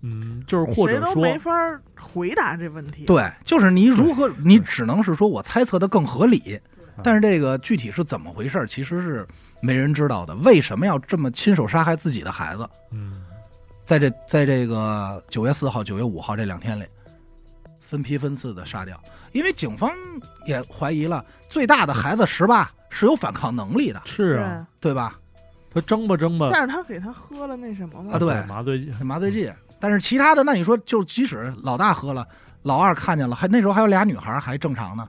嗯，就是或谁者都说没法儿回答这问题。，对，就是你如何，你只能是说我猜测的更合理，但是这个具体是怎么回事儿，其实是没人知道的。为什么要这么亲手杀害自己的孩子？嗯，在这在这个九月四号、九月五号这两天里，分批分次的杀掉，因为警方也怀疑了最大的孩子十八是有反抗能力的，是啊，呃对吧？他争吧争吧但是他给他喝了那什么啊嘛，对麻醉剂麻醉剂，但是其他的，那你说就即使老大喝了，老二看见了，还那时候还有俩女孩儿还正常呢，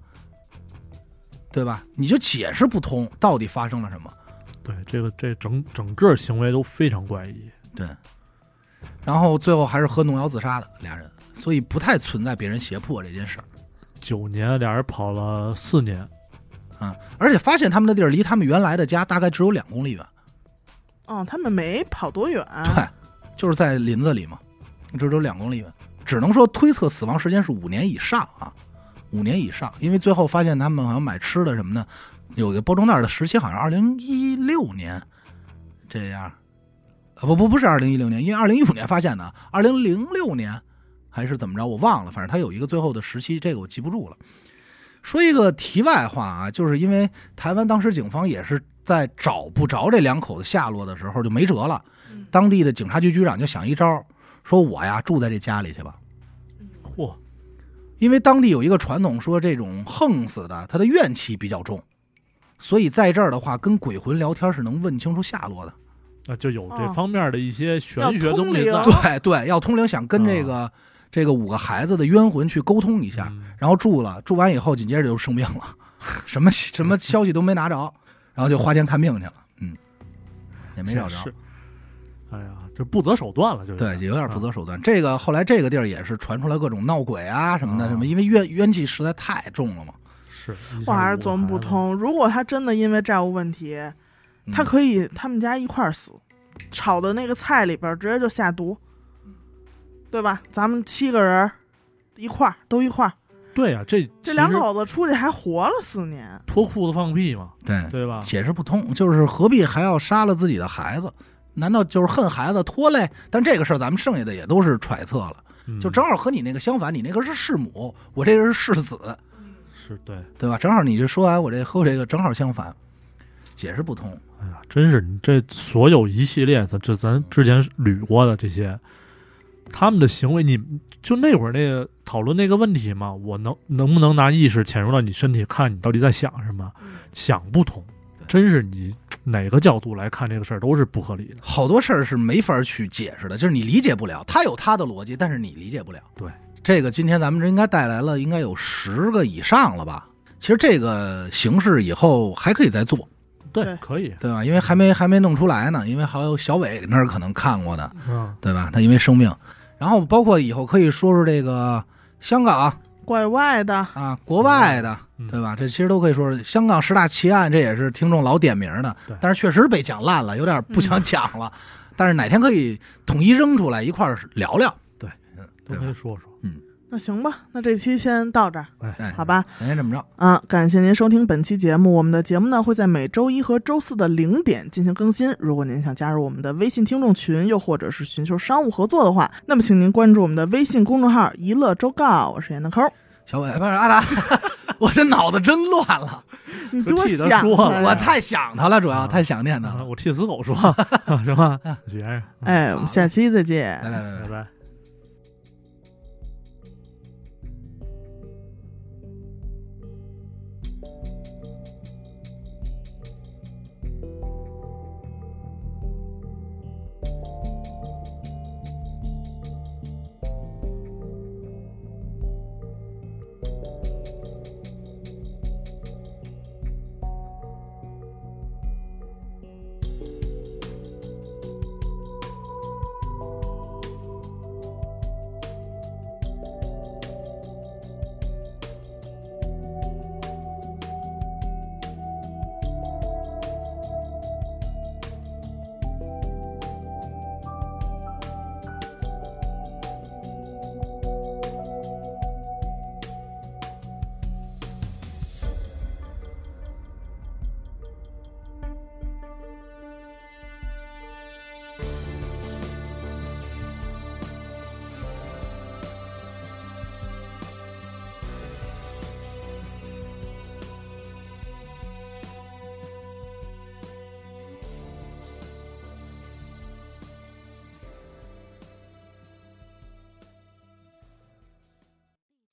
对吧？你就解释不通到底发生了什么。对，这个这整整个行为都非常怪异。然后最后还是喝农药自杀的俩人，所以不太存在别人胁迫这件事儿。九年，俩人跑了四年，嗯，而且发现他们的地儿离他们原来的家大概只有两公里远，哦，他们没跑多远，对，就是在林子里嘛，这只有两公里远，只能说推测死亡时间是五年以上啊，五年以上，因为最后发现他们好像买吃的什么的，有一个包装袋的时期好像二零一六年这样，啊不不不是二零一六年，因为二零一五年发现的，二零零六年还是怎么着我忘了，反正他有一个最后的时期，这个我记不住了。说一个题外话啊，就是因为台湾当时警方也是在找不着这两口子下落的时候就没辙了，当地的警察局局长就想一招儿，说我呀住在这家里去吧，嚯，因为当地有一个传统，说这种横死的他的怨气比较重，所以在这儿的话跟鬼魂聊天是能问清楚下落的。那就有这哦方面的一些玄要学通东西灵在。对对，要通灵想跟这个、这个五个孩子的冤魂去沟通一下，嗯然后住了，住完以后紧接着就生病了， 什么什么消息都没拿着，然后就花钱看病去了，嗯，也没找着。是。哎呀，这不择嗯手段了，就是对，有点不择手段。这个后来这个地儿也是传出来各种闹鬼啊什么的，啊什么因为怨怨气实在太重了嘛。是，我还是琢磨不。通。如果他真的因为债务问题，嗯他可以他们家一块儿死，炒的那个菜里边儿直接就下毒，对吧？咱们七个人儿一块儿都一块儿，对呀、这这其两实口子出去还活了四年，脱裤子放屁嘛，对对吧？解释不通，哎就是何必还要杀了自己的孩子？难道就是恨孩子拖累？但这个事儿咱们剩下的也都是揣测了，嗯就正好和你那个相反，你那个是弑母，我这个是弑子，是对。对吧？正好你这说完我这和我这个正好相反，解释不通。哎呀，真是你这所有一系列的，这咱之前捋过的这些，他们的行为，你就那会儿那个讨论那个问题嘛，我能能不能拿意识潜入到你身体，看你到底在想什么？嗯想不通，真是你哪个角度来看这个事儿都是不合理的。好多事儿是没法去解释的，就是你理解不了，他有他的逻辑，但是你理解不了。对，这个今天咱们这应该带来了，应该有十个以上了吧？其实这个形式以后还可以再做，对可以，对吧？因为还没还没弄出来呢，因为还有小伟那儿可能看过呢，嗯，对吧？他因为生病，然后包括以后可以说说这个香港怪外的。啊，国外的，嗯对吧？这其实都可以说说香港十大奇案，这也是听众老点名的对，但是确实被讲烂了，有点嗯不想讲了。但是哪天可以统一扔出来一块儿聊聊，对嗯，都对可吧以？说说。那行吧，那这期先到这儿，哎，好吧？咱先这么着，啊，感谢您收听本期节目。我们的节目呢会在每周一和周四的零点进行更新。如果您想加入我们的微信听众群，又或者是寻求商务合作的话，那么请您关注我们的微信公众号“一乐周告”。我是闫德抠，小伟不是阿达， 我这脑子真乱了，你多替他想说啊了我太想他了，主要啊太想念他 啊了。我替死狗说，是吧？许先生，嗯哎，我们下期再见。来来来来拜。拜。